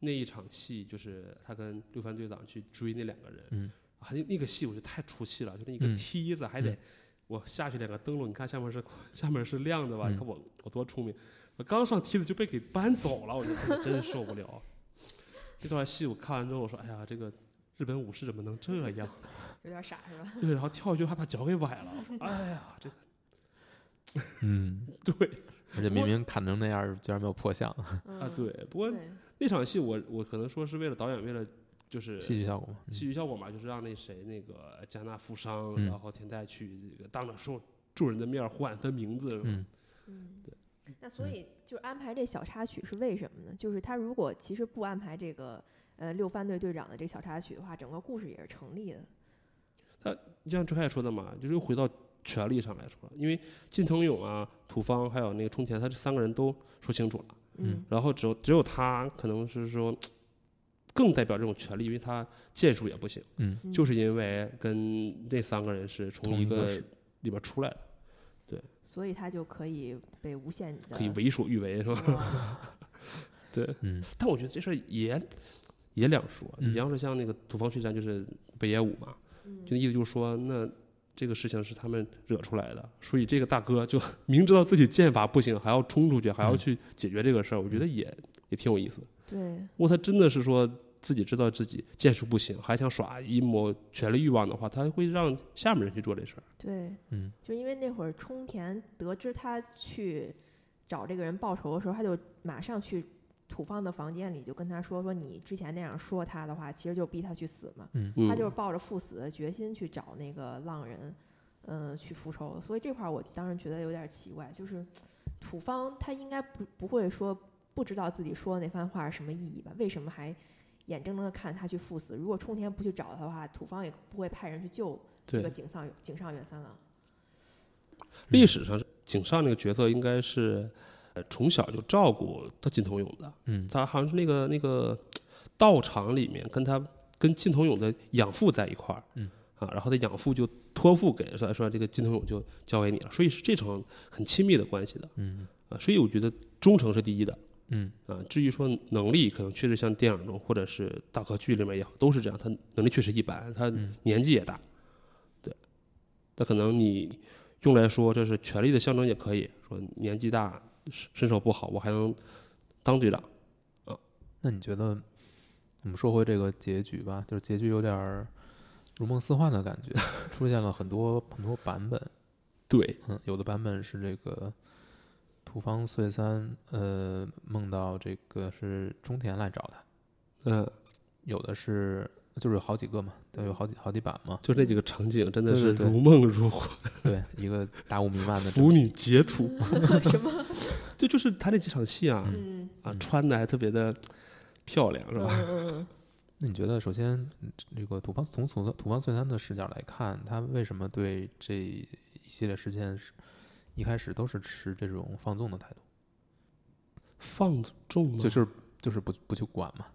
[SPEAKER 3] 那一场戏，就是他跟六番队长去追那两个人，
[SPEAKER 1] 嗯
[SPEAKER 3] 啊，那那个戏我觉得太出戏了，就那一个
[SPEAKER 1] 嗯
[SPEAKER 3] 梯子还得、
[SPEAKER 1] 嗯
[SPEAKER 3] 我下去两个灯笼，你看下面是下面是亮的吧？你
[SPEAKER 1] 嗯
[SPEAKER 3] 看我我多聪明，我刚上梯子就被给搬走了，我就我真受不了。这段戏我看完之后，我说哎呀，这个日本武士怎么能这样？
[SPEAKER 2] 有点傻是吧？
[SPEAKER 3] 对，然后跳下去还把脚给崴了，我说哎呀，这
[SPEAKER 1] 嗯，
[SPEAKER 3] 个对
[SPEAKER 1] 而且明明砍成那样，居然没有破相，
[SPEAKER 2] 嗯、
[SPEAKER 3] 啊对，不过
[SPEAKER 2] 对
[SPEAKER 3] 那场戏我我可能说是为了导演为了就是
[SPEAKER 1] 戏剧效果嘛。嗯
[SPEAKER 3] 戏剧效果嘛，就是让那谁那个加纳负伤，
[SPEAKER 1] 嗯
[SPEAKER 3] 然后田代去这个当着众众人的面呼喊他名字，
[SPEAKER 1] 嗯，
[SPEAKER 2] 嗯，那所
[SPEAKER 3] 嗯
[SPEAKER 2] 以就安排这小插曲是为什么呢？就是他如果其实不安排这个呃六番队队长的这小插曲的话，整个故事也是成立的。
[SPEAKER 3] 就像最开始说的嘛，就是又回到权力上来说了，因为近藤勇啊、土方还有那个冲田，他这三个人都说清楚了，
[SPEAKER 1] 嗯
[SPEAKER 3] 然后只有只有他可能是说更代表这种权力，因为他剑术也不行，
[SPEAKER 1] 嗯，
[SPEAKER 2] 嗯，
[SPEAKER 3] 就是因为跟那三个人是从
[SPEAKER 1] 同
[SPEAKER 3] 一
[SPEAKER 1] 一个
[SPEAKER 3] 个
[SPEAKER 1] 是
[SPEAKER 3] 里边出来的，
[SPEAKER 2] 所以他就可以被无限的
[SPEAKER 3] 可以为所欲为是吧？
[SPEAKER 2] 哦
[SPEAKER 3] 对，
[SPEAKER 1] 嗯，
[SPEAKER 3] 但我觉得这事儿也也两说，
[SPEAKER 1] 嗯
[SPEAKER 3] 你要是像那个土方岁战就是北野武嘛，
[SPEAKER 2] 嗯
[SPEAKER 3] 就那意思就是说，那这个事情是他们惹出来的，所以这个大哥就 明知道自己剑法不行，还要冲出去，还要
[SPEAKER 1] 嗯
[SPEAKER 3] 去解决这个事儿，我觉得也也挺有意思。
[SPEAKER 2] 对，
[SPEAKER 3] 如果他真的是说自己知道自己剑术不行，还想耍一抹权力欲望的话，他会让下面人去做这事儿。
[SPEAKER 2] 对，
[SPEAKER 1] 嗯，
[SPEAKER 2] 就因为那会儿冲田得知他去找这个人报仇的时候，他就马上去土方的房间里，就跟他说说你之前那样说他的话，其实就逼他去死嘛。
[SPEAKER 3] 嗯，
[SPEAKER 2] 他就是抱着赴死的决心去找那个浪人，嗯、去复仇。所以这块儿我当时觉得有点奇怪，就是土方他应该不不会说不知道自己说的那番话是什么意义吧？为什么还眼睁睁的看他去赴死？如果冲田不去找他的话，土方也不会派人去救这个
[SPEAKER 3] 对，
[SPEAKER 2] 井上井上远三郎。
[SPEAKER 1] 嗯
[SPEAKER 3] 历史上井上那个角色应该是。呃从小就照顾他金童勇的，
[SPEAKER 1] 嗯，
[SPEAKER 3] 他好像是那个那个道场里面跟他跟金童勇的养父在一块儿，
[SPEAKER 1] 嗯
[SPEAKER 3] 啊，然后他养父就托付给说说这个金童勇就交给你了，所以是这层很亲密的关系的
[SPEAKER 1] 嗯
[SPEAKER 3] 啊，所以我觉得忠诚是第一的
[SPEAKER 1] 嗯
[SPEAKER 3] 啊，至于说能力，可能确实像电影中或者是大河剧里面也好，都是这样，他能力确实一般，他
[SPEAKER 1] 嗯
[SPEAKER 3] 年纪也大，对，那可能你用来说这是权力的象征也可以，说年纪大身身手不好，我还能当队长。
[SPEAKER 1] 那你觉得，我们说回这个结局吧，就是结局有点儿如梦似幻的感觉， 出现了很多很多版本。
[SPEAKER 3] 对，
[SPEAKER 1] 嗯，有的版本是这个土方岁三，呃，梦到这个是中田来找他，
[SPEAKER 3] 嗯，。
[SPEAKER 1] 有的是就是有好几个嘛，都有好几好几版嘛
[SPEAKER 3] 就那几个场景真的
[SPEAKER 1] 对
[SPEAKER 3] 是
[SPEAKER 1] 对对
[SPEAKER 3] 如梦如幻，
[SPEAKER 1] 对，一个大雾弥漫的这
[SPEAKER 3] 腐
[SPEAKER 1] 个，
[SPEAKER 3] 女截 图。
[SPEAKER 2] 什么？
[SPEAKER 3] 这就是他那几场戏啊，
[SPEAKER 2] 嗯
[SPEAKER 3] 啊，
[SPEAKER 1] 嗯
[SPEAKER 3] 穿的还特别的漂亮，是
[SPEAKER 2] 嗯
[SPEAKER 3] 吧？
[SPEAKER 2] 嗯
[SPEAKER 1] 那你觉得首先嗯这个土方从土土方岁三的视角来看，他为什么对这一系列事件是一开始都是持这种放纵的态度？
[SPEAKER 3] 放纵嘛，
[SPEAKER 1] 就是就是不不去管嘛。嗯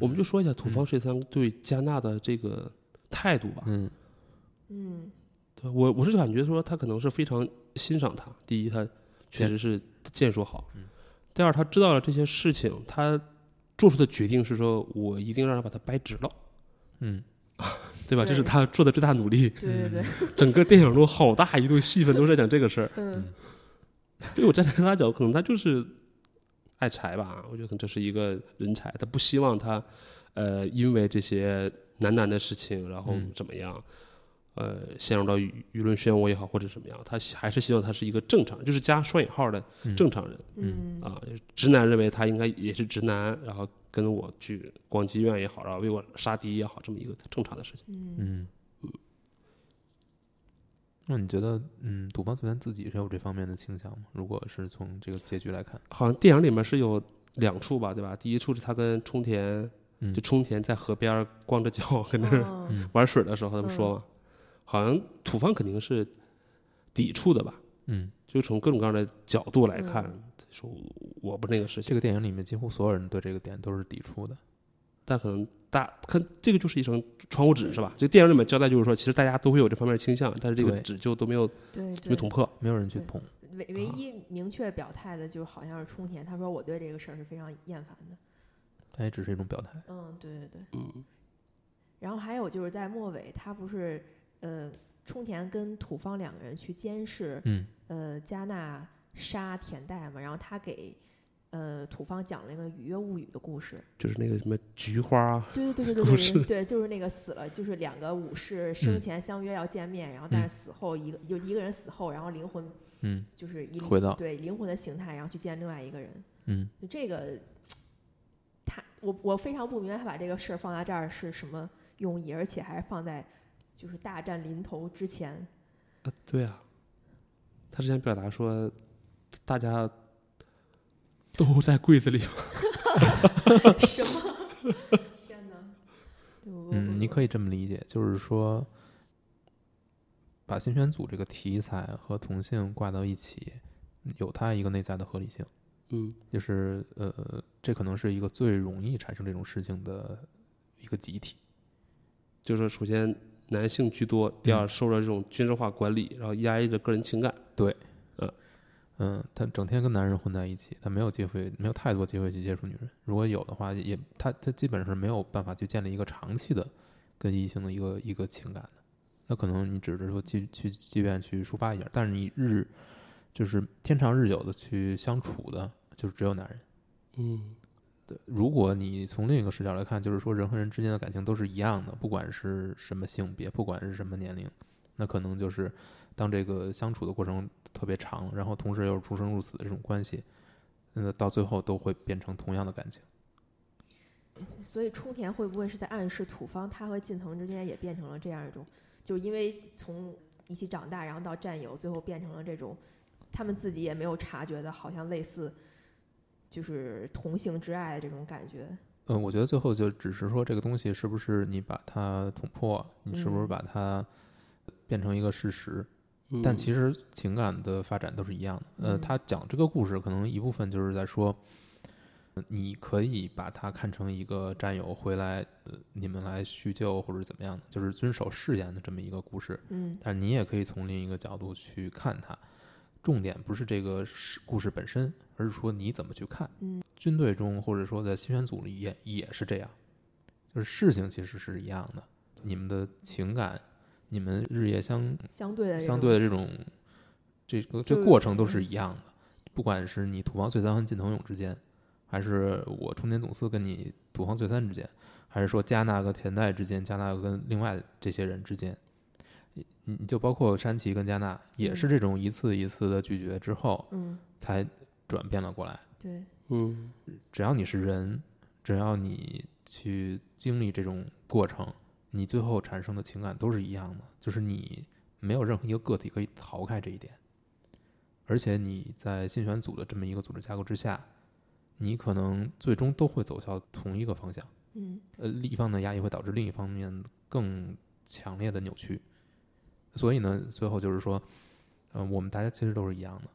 [SPEAKER 3] 我们就说一下土方岁三对加纳的这个态度吧。
[SPEAKER 1] 嗯
[SPEAKER 2] 嗯
[SPEAKER 3] 对我我是感觉说他可能是非常欣赏他，第一他确实是剑术好
[SPEAKER 1] 嗯，
[SPEAKER 3] 第二他知道了这些事情，他做出的决定是说我一定让他把他掰直了，
[SPEAKER 1] 嗯
[SPEAKER 3] 对吧？
[SPEAKER 2] 对
[SPEAKER 3] 这是他做的最大努力。
[SPEAKER 2] 嗯对对对，
[SPEAKER 3] 整个电影中好大一段戏份都是在讲这个事儿。
[SPEAKER 2] 嗯
[SPEAKER 3] 所以我站在他角度，可能他就是爱财吧，我觉得可能这是一个人才，他不希望他呃因为这些男男的事情，然后
[SPEAKER 1] 嗯
[SPEAKER 3] 怎么样。呃陷入到舆舆论漩涡也好，或者什么样，他希还是希望他是一个正常，就是加双引号的
[SPEAKER 1] 嗯
[SPEAKER 3] 正常人
[SPEAKER 1] 嗯
[SPEAKER 2] 嗯
[SPEAKER 3] 啊、直男认为他应该也是直男，然后跟我去逛妓院也好，然后为我杀敌也好，这么一个正常的事情。
[SPEAKER 2] 嗯
[SPEAKER 1] 嗯，那你觉得，嗯，赌方球员自己是有这方面的倾向吗？如果是从这个结局来看，
[SPEAKER 3] 好像电影里面是有两处吧，对吧？第一处是他跟冲田，
[SPEAKER 1] 嗯
[SPEAKER 3] 就冲田在河边光着脚 跟那儿
[SPEAKER 2] 哦
[SPEAKER 1] 嗯
[SPEAKER 3] 玩水的时候，他们说嘛，好像土方肯定是抵触的吧？
[SPEAKER 1] 嗯，
[SPEAKER 3] 就从各种各样的角度来看，
[SPEAKER 2] 嗯
[SPEAKER 3] 说我不是那个事情，
[SPEAKER 1] 这个电影里面几乎所有人对这个点都是抵触的。
[SPEAKER 3] 但可能大看这个就是一层窗户纸是吧？这电影里面交代就是说，其实大家都会有这方面的倾向，但是这个
[SPEAKER 1] 对
[SPEAKER 3] 纸就都没有
[SPEAKER 2] 对
[SPEAKER 3] 没有
[SPEAKER 2] 对，
[SPEAKER 3] 捅破。
[SPEAKER 1] 没有人去
[SPEAKER 2] 对
[SPEAKER 1] 捧，
[SPEAKER 2] 唯唯一明确表态的，就好像是冲田，他说我对这个事儿是非常厌烦的。
[SPEAKER 1] 它也只是一种表态。
[SPEAKER 2] 嗯，对对对。
[SPEAKER 3] 嗯，
[SPEAKER 2] 然后还有就是在末尾，他不是呃，冲田跟土方两个人去监视
[SPEAKER 1] 嗯
[SPEAKER 2] 呃加纳杀田代嘛，然后他给呃土方讲了一个《雨夜物语》的故事。
[SPEAKER 3] 就是那个什么菊花啊，
[SPEAKER 2] 对对对对
[SPEAKER 3] 故
[SPEAKER 2] 对对
[SPEAKER 3] 事
[SPEAKER 2] 对对，就是那个死了，就是两个武士生
[SPEAKER 1] 嗯
[SPEAKER 2] 前相约要见面，然后
[SPEAKER 1] 嗯
[SPEAKER 2] 但是死后一个就一个人死后，然后灵魂
[SPEAKER 1] 嗯
[SPEAKER 2] 就是以
[SPEAKER 1] 回到
[SPEAKER 2] 对灵魂的形态，然后去见另外一个人。
[SPEAKER 1] 嗯
[SPEAKER 2] 就这个，他我我非常不明白他把这个事儿放在这儿是什么用意，而且还是放在就是大战临头之前。
[SPEAKER 3] 啊对啊，他是想表达说，大家都在柜子里
[SPEAKER 2] 什么？ 天哪！对我
[SPEAKER 1] 嗯，你可
[SPEAKER 2] 以
[SPEAKER 1] 以这么理解，就是说，把新选组这个题材和同性挂到一起，有它一个内在的合理性。
[SPEAKER 3] 嗯，
[SPEAKER 1] 就是呃，这可能是一个最容易产生这种事情的一个集体。
[SPEAKER 3] 就是说首先男性居多，第二受了这种军事化管理，然后压抑着个人情感。
[SPEAKER 1] 嗯，他整天跟男人混在一起，他没有机会，没有太多机会去接触女人。如果有的话，也他他基本是没有办法去建立一个长期的跟异性的一个一个情感的。那可能你只是说去去妓院去抒发一下，但是你日就是天长日久的去相处的，就是只有男人。
[SPEAKER 3] 嗯，
[SPEAKER 1] 对，如果你从另一个视角来看，就是说人和人之间的感情都是一样的，不管是什么性别，不管是什么年龄，那可能就是当这个相处的过程特别长，然后同时又是出生入死的这种关系，那到最后都会变成同样的感情。
[SPEAKER 2] 所以冲田会不会是在暗示土方他和近藤之间也变成了这样一种，就因为从一起长大，然后到战友，最后变成了这种，他们自己也没有察觉的，好像类似就是同性之爱的这种感觉。
[SPEAKER 1] 嗯，我觉得最后就只是说这个东西是不是你把它捅破，你是不是
[SPEAKER 2] 嗯
[SPEAKER 1] 把它变成一个事实，
[SPEAKER 3] 嗯
[SPEAKER 1] 但其实情感的发展都是一样的。呃，
[SPEAKER 2] 嗯
[SPEAKER 1] 他讲这个故事，可能一部分就是在说，呃你可以把它看成一个战友回来，呃，你们来叙旧或者怎么样的，就是遵守誓言的这么一个故事。
[SPEAKER 2] 嗯
[SPEAKER 1] 但你也可以从另一个角度去看它。重点不是这个事故事本身，而是说你怎么去看。
[SPEAKER 2] 嗯，
[SPEAKER 1] 军队中或者说在新选组里也也是这样，就是事情其实是一样的，你们的情感，你们日夜相
[SPEAKER 2] 相对的这
[SPEAKER 1] 相
[SPEAKER 2] 种
[SPEAKER 1] 对的这种这个
[SPEAKER 2] 就嗯
[SPEAKER 1] 这
[SPEAKER 2] 是
[SPEAKER 1] 个过程都是一样的，不管是你土方岁三和近藤勇之间，还是我冲田总司跟你土方岁三之间，还是说加纳和田代之间，加纳跟另外这些人之间，你你就包括山崎跟加纳也是
[SPEAKER 2] 嗯
[SPEAKER 1] 这种一次一次的拒绝之后
[SPEAKER 2] 嗯
[SPEAKER 1] 才转变了过来。
[SPEAKER 2] 对
[SPEAKER 3] 嗯，
[SPEAKER 1] 只要你是人，只要你去经历这种过程，你最后产生的情感都是一样的，就是你没有任何一个个体可以逃开这一点。而且你在竞选组的这么一个组织架构之下，你可能最终都会走向同一个方向。
[SPEAKER 2] 嗯
[SPEAKER 1] 呃，一方的压抑会导致另一方面更强烈的扭曲。所以呢，最后就是说，嗯、我们大家其实都是一样的，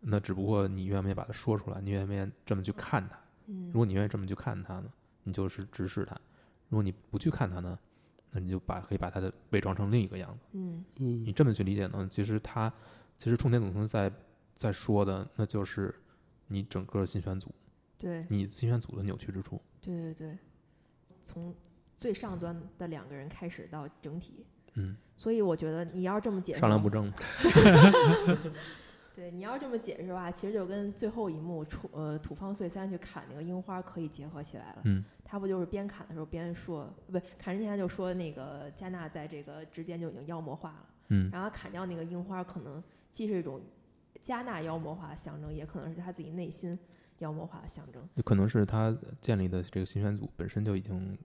[SPEAKER 1] 那只不过你愿不愿意把它说出来，你愿不愿意这么去看它。
[SPEAKER 2] 嗯
[SPEAKER 1] 如果你愿意这么去看它呢，你就是直视它；如果你不去看它呢，那你就把可以把它的伪装成另一个样子。
[SPEAKER 2] 嗯
[SPEAKER 1] 你
[SPEAKER 3] 嗯，
[SPEAKER 1] 这么去理解呢，其实他其实冲田总司在在说的，那就是你整个新选组，
[SPEAKER 2] 对
[SPEAKER 1] 你新选组的扭曲之处。
[SPEAKER 2] 对对对，从最上端的两个人开始到整体，
[SPEAKER 1] 嗯，
[SPEAKER 2] 所以我觉得你要这么解释，
[SPEAKER 1] 上梁不正嘛。
[SPEAKER 2] 对，你要这么解释的话，其实就跟最后一幕楚呃土方岁三去砍那个樱花可以结合起来了。
[SPEAKER 1] 嗯，
[SPEAKER 2] 他不就是边砍的时候边说，不砍之前他就说那个加纳在这个之间就已经妖魔化了，
[SPEAKER 1] 嗯
[SPEAKER 2] 然后砍掉那个樱花，可能既是一种加纳妖魔化的象征，也可能是他自己内心妖魔化的象征。
[SPEAKER 1] 就可能是他建立的这个新选组本身就已经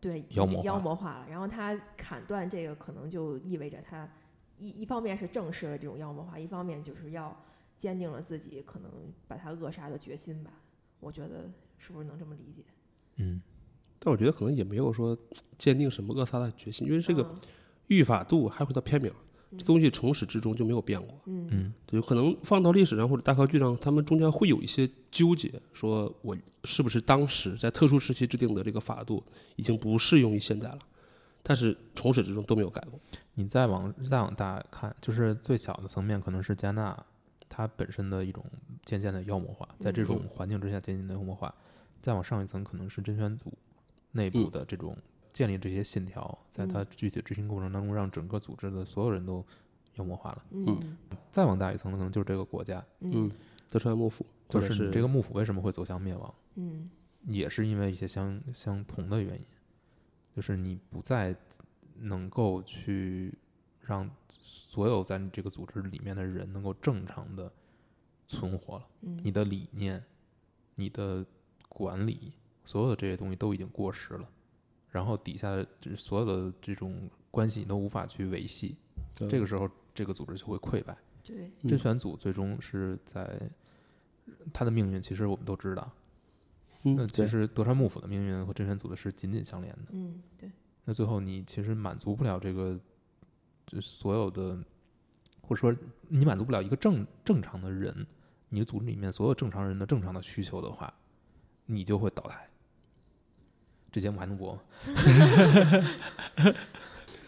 [SPEAKER 2] 对，
[SPEAKER 1] 妖
[SPEAKER 2] 已经
[SPEAKER 1] 魔
[SPEAKER 2] 妖
[SPEAKER 1] 化
[SPEAKER 2] 魔化了。然后他砍断这个，可能就意味着他一一方面是正视了这种妖魔化，一方面就是要坚定了自己可能把他扼杀的决心吧。我觉得是不是能这么理解？
[SPEAKER 1] 嗯
[SPEAKER 3] 但我觉得可能也没有说坚定什么扼杀的决心，因为这个
[SPEAKER 2] 嗯
[SPEAKER 3] 御法度还回到片名儿，这东西从始至终就没有变过。
[SPEAKER 2] 嗯
[SPEAKER 1] 嗯
[SPEAKER 3] 对，有可能放到历史上或者大科剧上，他们中间会有一些纠结，说我是不是当时在特殊时期制定的这个法度已经不适用于现在了，但是从始至终都没有改过。
[SPEAKER 1] 你再往再往大看，就是最小的层面，可能是加纳它本身的一种渐渐的妖魔化，在这种
[SPEAKER 3] 嗯
[SPEAKER 1] 环境之下渐渐的妖魔化。再往上一层，可能是甄选组内部
[SPEAKER 3] 嗯
[SPEAKER 1] 的这种建立这些信条，在它具体执行过程当中，让整个组织的所有人都妖魔化了。
[SPEAKER 2] 嗯
[SPEAKER 1] 再往大一层，可能就是这个国家，
[SPEAKER 2] 嗯
[SPEAKER 3] 德川幕府
[SPEAKER 1] 就
[SPEAKER 3] 或者
[SPEAKER 1] 是
[SPEAKER 3] 是
[SPEAKER 1] 你这个幕府为什么会走向灭亡？
[SPEAKER 2] 嗯
[SPEAKER 1] 也是因为一些相相同的原因，就是你不再能够去让所有在你这个组织里面的人能够正常的存活了。
[SPEAKER 2] 嗯
[SPEAKER 1] 你的理念、你的管理，所有的这些东西都已经过时了，然后底下的这所有的这种关系你都无法去维系，
[SPEAKER 3] 对
[SPEAKER 1] 这个时候这个组织就会溃败。
[SPEAKER 2] 对
[SPEAKER 3] 呃嗯
[SPEAKER 1] 甄选组最终是在他的命运，其实我们都知道，
[SPEAKER 3] 嗯
[SPEAKER 1] 那呃其
[SPEAKER 3] 对
[SPEAKER 1] 实德川幕府的命运和真选组的是紧紧相连的。
[SPEAKER 2] 嗯对
[SPEAKER 1] 那最后你其实满足不了这个，就是所有的，或者说你满足不了一个正正常的人，你的组织里面所有正常人的正常的需求的话，你就会倒台。这节目还能播吗？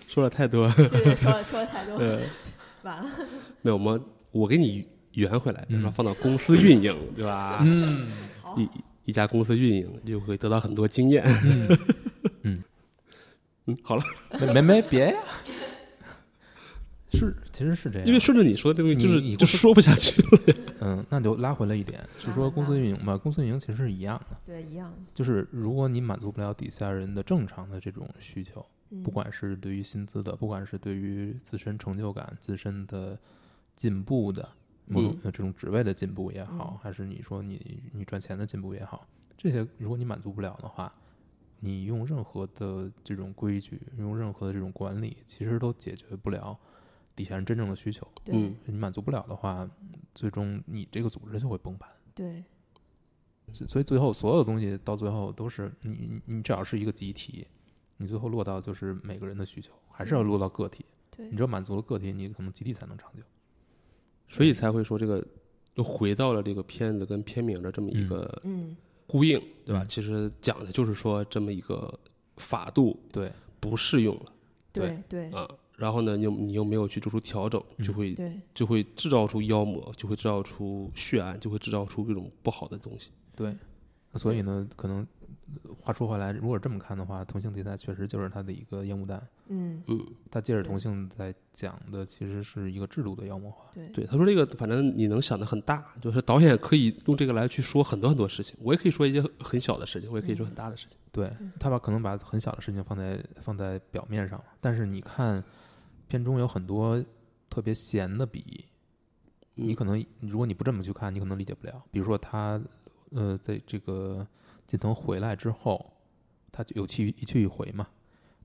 [SPEAKER 3] 说了太多，
[SPEAKER 2] 对，说的说的太多
[SPEAKER 3] 呃，
[SPEAKER 2] 完了。
[SPEAKER 3] 没有我们我给你圆回来，
[SPEAKER 1] 嗯
[SPEAKER 3] 然后放到公司运营，对吧？
[SPEAKER 1] 嗯，
[SPEAKER 2] 好，
[SPEAKER 3] 一一家公司运营就会得到很多经验。
[SPEAKER 1] 嗯
[SPEAKER 3] 嗯，好了，
[SPEAKER 1] 没没没别呀、是其实是这样，
[SPEAKER 3] 因为顺着啊你说的东西，就
[SPEAKER 1] 你
[SPEAKER 3] 是
[SPEAKER 1] 你
[SPEAKER 3] 就说不下去了。
[SPEAKER 1] 嗯，那就拉回来一点，是说公司运营吧，公司运营其实是一样的，
[SPEAKER 2] 对一样。
[SPEAKER 1] 就是如果你满足不了底下人的正常的这种需求。
[SPEAKER 2] 嗯
[SPEAKER 1] 不管是对于薪资的，不管是对于自身成就感、自身的进步的某种呃这种职位的进步也好，
[SPEAKER 2] 嗯
[SPEAKER 1] 还是你说你你赚钱的进步也好，这些如果你满足不了的话，你用任何的这种规矩，用任何的这种管理，其实都解决不了底下人真正的需求。
[SPEAKER 2] 对
[SPEAKER 3] 嗯
[SPEAKER 1] 你满足不了的话，最终你这个组织就会崩盘。
[SPEAKER 2] 对
[SPEAKER 1] 所所以最后所有的东西到最后都是你你你只要是一个集体，你最后落到就是每个人的需求，还是要落到个体。
[SPEAKER 2] 对
[SPEAKER 1] 你只有满足了个体，你可能集体才能长久。
[SPEAKER 3] 所以才会说这个又回到了这个片子跟片名的这么一个
[SPEAKER 2] 嗯
[SPEAKER 3] 呼应，对吧？
[SPEAKER 1] 嗯
[SPEAKER 3] 其实讲的就是说这么一个法度
[SPEAKER 1] 对，
[SPEAKER 3] 不适用了
[SPEAKER 2] 对对
[SPEAKER 3] 啊，然后呢，又你又没有去做出调整，
[SPEAKER 1] 嗯
[SPEAKER 3] 就会
[SPEAKER 2] 对
[SPEAKER 3] 就会制造出妖魔，就会制造出血案，就会制造出各种不好的东西。
[SPEAKER 1] 所以呢，可能话说回来，如果这么看的话，同性题材确实就是它的一个烟雾弹。
[SPEAKER 2] 嗯
[SPEAKER 3] 嗯，
[SPEAKER 1] 它借着
[SPEAKER 2] 对
[SPEAKER 1] 同性在讲的其实是一个制度的妖魔化。
[SPEAKER 2] 对
[SPEAKER 3] 对，他说这个反正你能想的很大，就是导演可以用这个来去说很多很多事情，我也可以说一些很小的事情，我也可以说很大的事情。
[SPEAKER 1] 对他把可能把很小的事情放在放在表面上，但是你看片中有很多特别闲的笔，
[SPEAKER 3] 嗯
[SPEAKER 1] 你可能如果你不这么去看，你可能理解不了。比如说他呃，在这个金藤回来之后，他就有去一去一回嘛，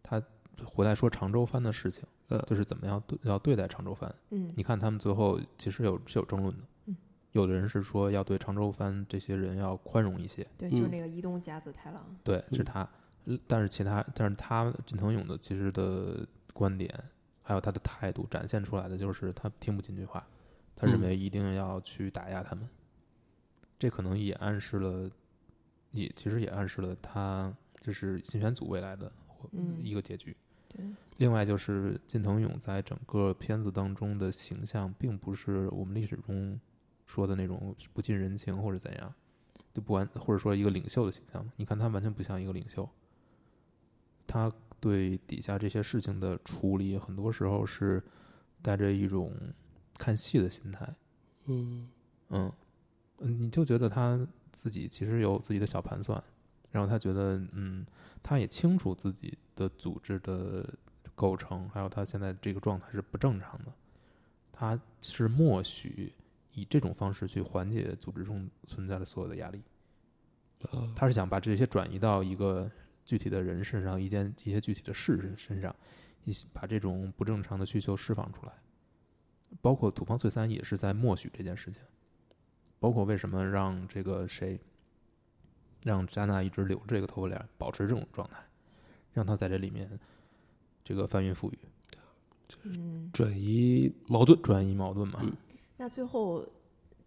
[SPEAKER 1] 他回来说常州藩的事情，
[SPEAKER 3] 嗯
[SPEAKER 1] 就是怎么样对要对待常州藩。
[SPEAKER 2] 嗯
[SPEAKER 1] 你看他们最后其实有是有争论的
[SPEAKER 2] 嗯，
[SPEAKER 1] 有的人是说要对常州藩这些人要宽容一些。
[SPEAKER 2] 对，就是
[SPEAKER 3] 嗯
[SPEAKER 2] 那个伊东甲子太郎。
[SPEAKER 1] 对，是
[SPEAKER 3] 嗯
[SPEAKER 1] 他。呃但是其他，但是他近藤勇的其实的观点，还有他的态度展现出来的，就是他听不进去话，他认
[SPEAKER 3] 嗯
[SPEAKER 1] 为一定要去打压他们。这可能也暗示了，也其实也暗示了他就是新选组未来的或
[SPEAKER 2] 嗯
[SPEAKER 1] 一个结局。
[SPEAKER 2] 对
[SPEAKER 1] 另外就是近藤勇在整个片子当中的形象，并不是我们历史中说的那种不近人情或者怎样，就不完或者说一个领袖的形象嘛。你看他完全不像一个领袖，他对底下这些事情的处理，很多时候是带着一种看戏的心态，
[SPEAKER 3] 嗯
[SPEAKER 1] 嗯，嗯，你就觉得他自己其实有自己的小盘算，然后他觉得，嗯，他也清楚自己的组织的构成，还有他现在这个状态是不正常的，他是默许以这种方式去缓解组织中存在的所有的压力，
[SPEAKER 3] 啊，
[SPEAKER 1] 他是想把这些转移到一个具体的人身上，一件一些具体的事身身上，一些把这种不正常的需求释放出来。包括土方岁三也是在默许这件事情，包括为什么让这个谁，让扎娜一直留这个头发帘，保持这种状态，让他在这里面这个翻云覆雨，
[SPEAKER 2] 嗯，
[SPEAKER 3] 转移矛盾，
[SPEAKER 1] 转移矛盾嘛。
[SPEAKER 3] 嗯
[SPEAKER 2] 那最后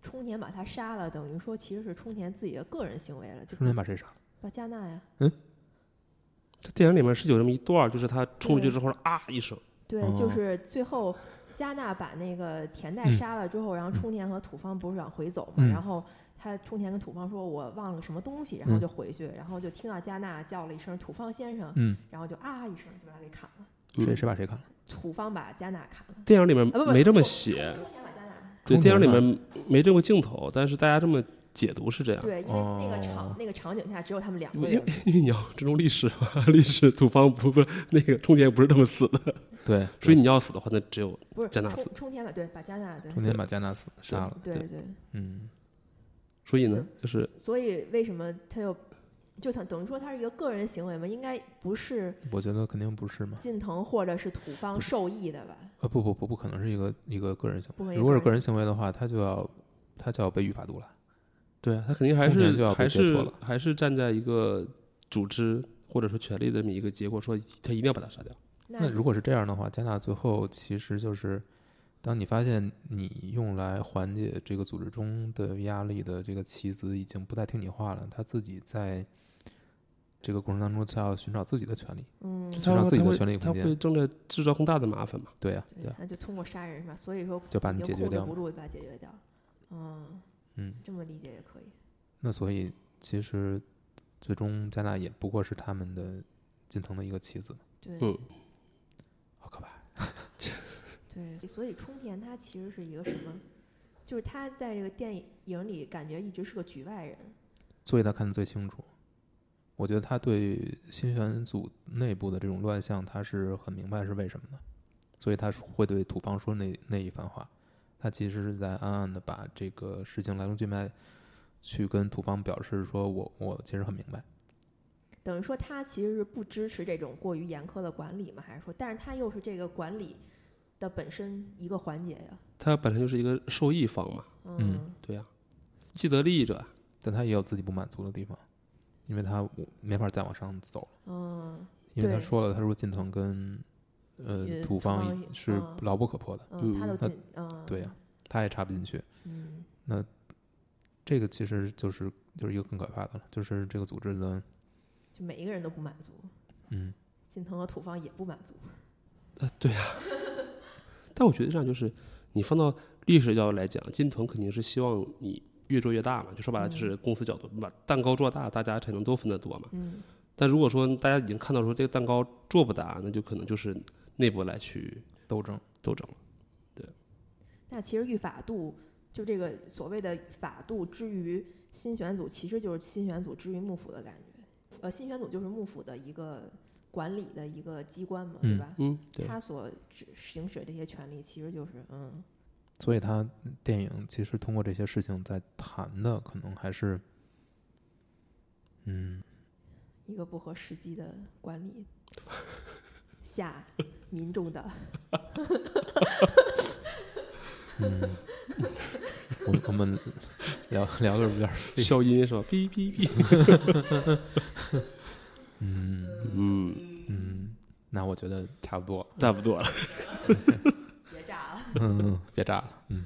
[SPEAKER 2] 冲田把他杀了，等于说其实是冲田自己的个人行为了，就
[SPEAKER 1] 中间把谁杀了？
[SPEAKER 2] 把加纳呀，
[SPEAKER 3] 这电影里面是有这么一段儿，就是他冲出去
[SPEAKER 2] 对
[SPEAKER 3] 之后啊一声，
[SPEAKER 2] 对，
[SPEAKER 1] 哦
[SPEAKER 2] 就是最后加纳把那个田代
[SPEAKER 1] 嗯
[SPEAKER 2] 杀了之后，然后冲田和土方不是往回走嘛，
[SPEAKER 1] 嗯
[SPEAKER 2] 然后他冲田跟土方说：“我忘了个什么东西。”然后
[SPEAKER 1] 嗯
[SPEAKER 2] 就回去，然后就听到加纳叫了一声“土方先生
[SPEAKER 1] 嗯，”，
[SPEAKER 2] 然后就啊一声就把他给砍了。
[SPEAKER 3] 嗯
[SPEAKER 1] 谁谁把谁砍了？
[SPEAKER 2] 土方把加纳砍了，
[SPEAKER 3] 电影里面
[SPEAKER 2] 啊不不
[SPEAKER 3] 没这么
[SPEAKER 2] 冲
[SPEAKER 3] 写，
[SPEAKER 2] 冲田把加纳。
[SPEAKER 3] 对，
[SPEAKER 1] 冲
[SPEAKER 3] 电影里
[SPEAKER 1] 突嘛
[SPEAKER 3] 面没这个镜头，但是大家这么解读是这样。
[SPEAKER 2] 对，因为那个场、
[SPEAKER 1] 哦
[SPEAKER 2] 那个场景下只有他们两
[SPEAKER 3] 因
[SPEAKER 2] 个
[SPEAKER 3] 为因
[SPEAKER 2] 人
[SPEAKER 3] 为，因为你要 尊重历史嘛， 历史土方不不那个冲田不是这么死的，
[SPEAKER 1] 对，
[SPEAKER 3] 所以你要死的话，那只有
[SPEAKER 2] 不是
[SPEAKER 3] 加纳
[SPEAKER 2] 冲
[SPEAKER 3] 死
[SPEAKER 2] 冲天把对把加纳对
[SPEAKER 1] 中间把加纳斯杀了。
[SPEAKER 2] 对对，
[SPEAKER 1] 嗯，
[SPEAKER 3] 所以呢，就是
[SPEAKER 2] 所以为什么他又就他等于说他是一个个人行为嘛？应该不是
[SPEAKER 1] 我觉得肯定不是嘛。
[SPEAKER 2] 近藤或者是土方
[SPEAKER 1] 不是
[SPEAKER 2] 受益的吧？
[SPEAKER 1] 呃，不不不，不可能是一个一个个人行
[SPEAKER 2] 不可
[SPEAKER 1] 为。
[SPEAKER 2] 以
[SPEAKER 1] 如果是个
[SPEAKER 2] 个
[SPEAKER 1] 人
[SPEAKER 2] 人
[SPEAKER 1] 行为的话，他就要他就要被语法毒了。
[SPEAKER 3] 对啊，他肯定还
[SPEAKER 1] 重点就是要被
[SPEAKER 3] 还
[SPEAKER 1] 接错
[SPEAKER 3] 是
[SPEAKER 1] 了
[SPEAKER 3] 还是站在一个组织或者说权力的这么一个结果，说他一定要把他杀掉。
[SPEAKER 2] 那
[SPEAKER 1] 那如果是这样的话，加纳最后其实就是，当你发现你用来缓解这个组织中的压力的这个棋子已经不再听你话了，他自己在这个过程当中，他要寻找自己的权利。
[SPEAKER 2] 嗯，
[SPEAKER 1] 他让自己的
[SPEAKER 3] 会
[SPEAKER 1] 权力
[SPEAKER 3] 他
[SPEAKER 1] 空间
[SPEAKER 3] 会正在制造更大的麻烦嘛？
[SPEAKER 1] 对呀、啊
[SPEAKER 2] 对，那就通过杀人是吧？所以说
[SPEAKER 1] 就把
[SPEAKER 2] 已
[SPEAKER 1] 你解
[SPEAKER 2] 经
[SPEAKER 1] 决
[SPEAKER 2] 控制
[SPEAKER 1] 掉
[SPEAKER 2] 不
[SPEAKER 1] 嘛。
[SPEAKER 2] 住，把它解决掉。嗯，
[SPEAKER 1] 嗯，
[SPEAKER 2] 这么理解也可以。
[SPEAKER 1] 那所以其实最终加纳也不过是他们的近藤的一个棋子，
[SPEAKER 2] 对，
[SPEAKER 3] 嗯
[SPEAKER 1] 好可 怕。
[SPEAKER 2] 对，所以冲田他其实是一个什么？就是他在这个电影里感觉一直是个局外人。
[SPEAKER 1] 所以他看得最清楚。我觉得他对新选组内部的这种乱象，他是很明白是为什么的，所以他是会对土方说那那一番话。他其实是在暗暗的把这个事情来龙去脉，去跟土方表示说我我其实很明白。
[SPEAKER 2] 等于说他其实是不支持这种过于严苛的管理嘛？还是说，但是他又是这个管理的本身一个环节呀？
[SPEAKER 3] 他本身就是一个受益方嘛，
[SPEAKER 2] 嗯，
[SPEAKER 1] 嗯
[SPEAKER 3] 对呀、既得利益者，
[SPEAKER 1] 但他也有自己不满足的地方，因为他没法再往上走了，
[SPEAKER 2] 嗯
[SPEAKER 1] 因为他
[SPEAKER 2] 对
[SPEAKER 1] 说了，他说近藤跟呃
[SPEAKER 2] 呃
[SPEAKER 1] 土
[SPEAKER 2] 土
[SPEAKER 1] 方
[SPEAKER 2] 方
[SPEAKER 1] 是
[SPEAKER 2] 嗯
[SPEAKER 1] 牢不可破的，
[SPEAKER 2] 嗯，他
[SPEAKER 3] 嗯
[SPEAKER 2] 都
[SPEAKER 1] 那
[SPEAKER 2] 进，嗯，
[SPEAKER 1] 对呀、他也插不进去。
[SPEAKER 2] 嗯，
[SPEAKER 1] 这个其实就是就是一个更可怕的了，就是这个组织的，
[SPEAKER 2] 就每一个人都不满足，
[SPEAKER 1] 嗯，
[SPEAKER 2] 近藤和土方也不满足，
[SPEAKER 3] 啊，对呀、 但我觉得这样就是，你放到历史角度来讲，金藤肯定是希望你越做越大嘛，就说白了就是公司角度，把蛋糕做大，大家才能都分得多嘛。
[SPEAKER 2] 嗯，
[SPEAKER 3] 但如果说大家已经看到说这个蛋糕做不大，那就可能就是内部来去
[SPEAKER 1] 斗争，
[SPEAKER 3] 斗争了。
[SPEAKER 2] 那其实御法度就这个所谓的法度之于新选组，其实就是新选组之于幕府的感觉。呃，新选组就是幕府的一个管理的一个机关嘛，对
[SPEAKER 1] 嗯
[SPEAKER 2] 吧？
[SPEAKER 3] 嗯，对，
[SPEAKER 2] 他所指行使这些权利，其实就是嗯，
[SPEAKER 1] 所以他电影其实通过这些事情在谈的，可能还是，嗯，
[SPEAKER 2] 一个不合实际的管理下民众的，
[SPEAKER 1] 我我们聊聊的有点儿费，
[SPEAKER 3] 消音是吧？哔哔哔。
[SPEAKER 1] 嗯
[SPEAKER 3] 嗯，
[SPEAKER 1] 嗯，那我觉得差不多了，
[SPEAKER 3] 差不多了。
[SPEAKER 2] 别炸了。
[SPEAKER 1] 嗯，别炸了，嗯。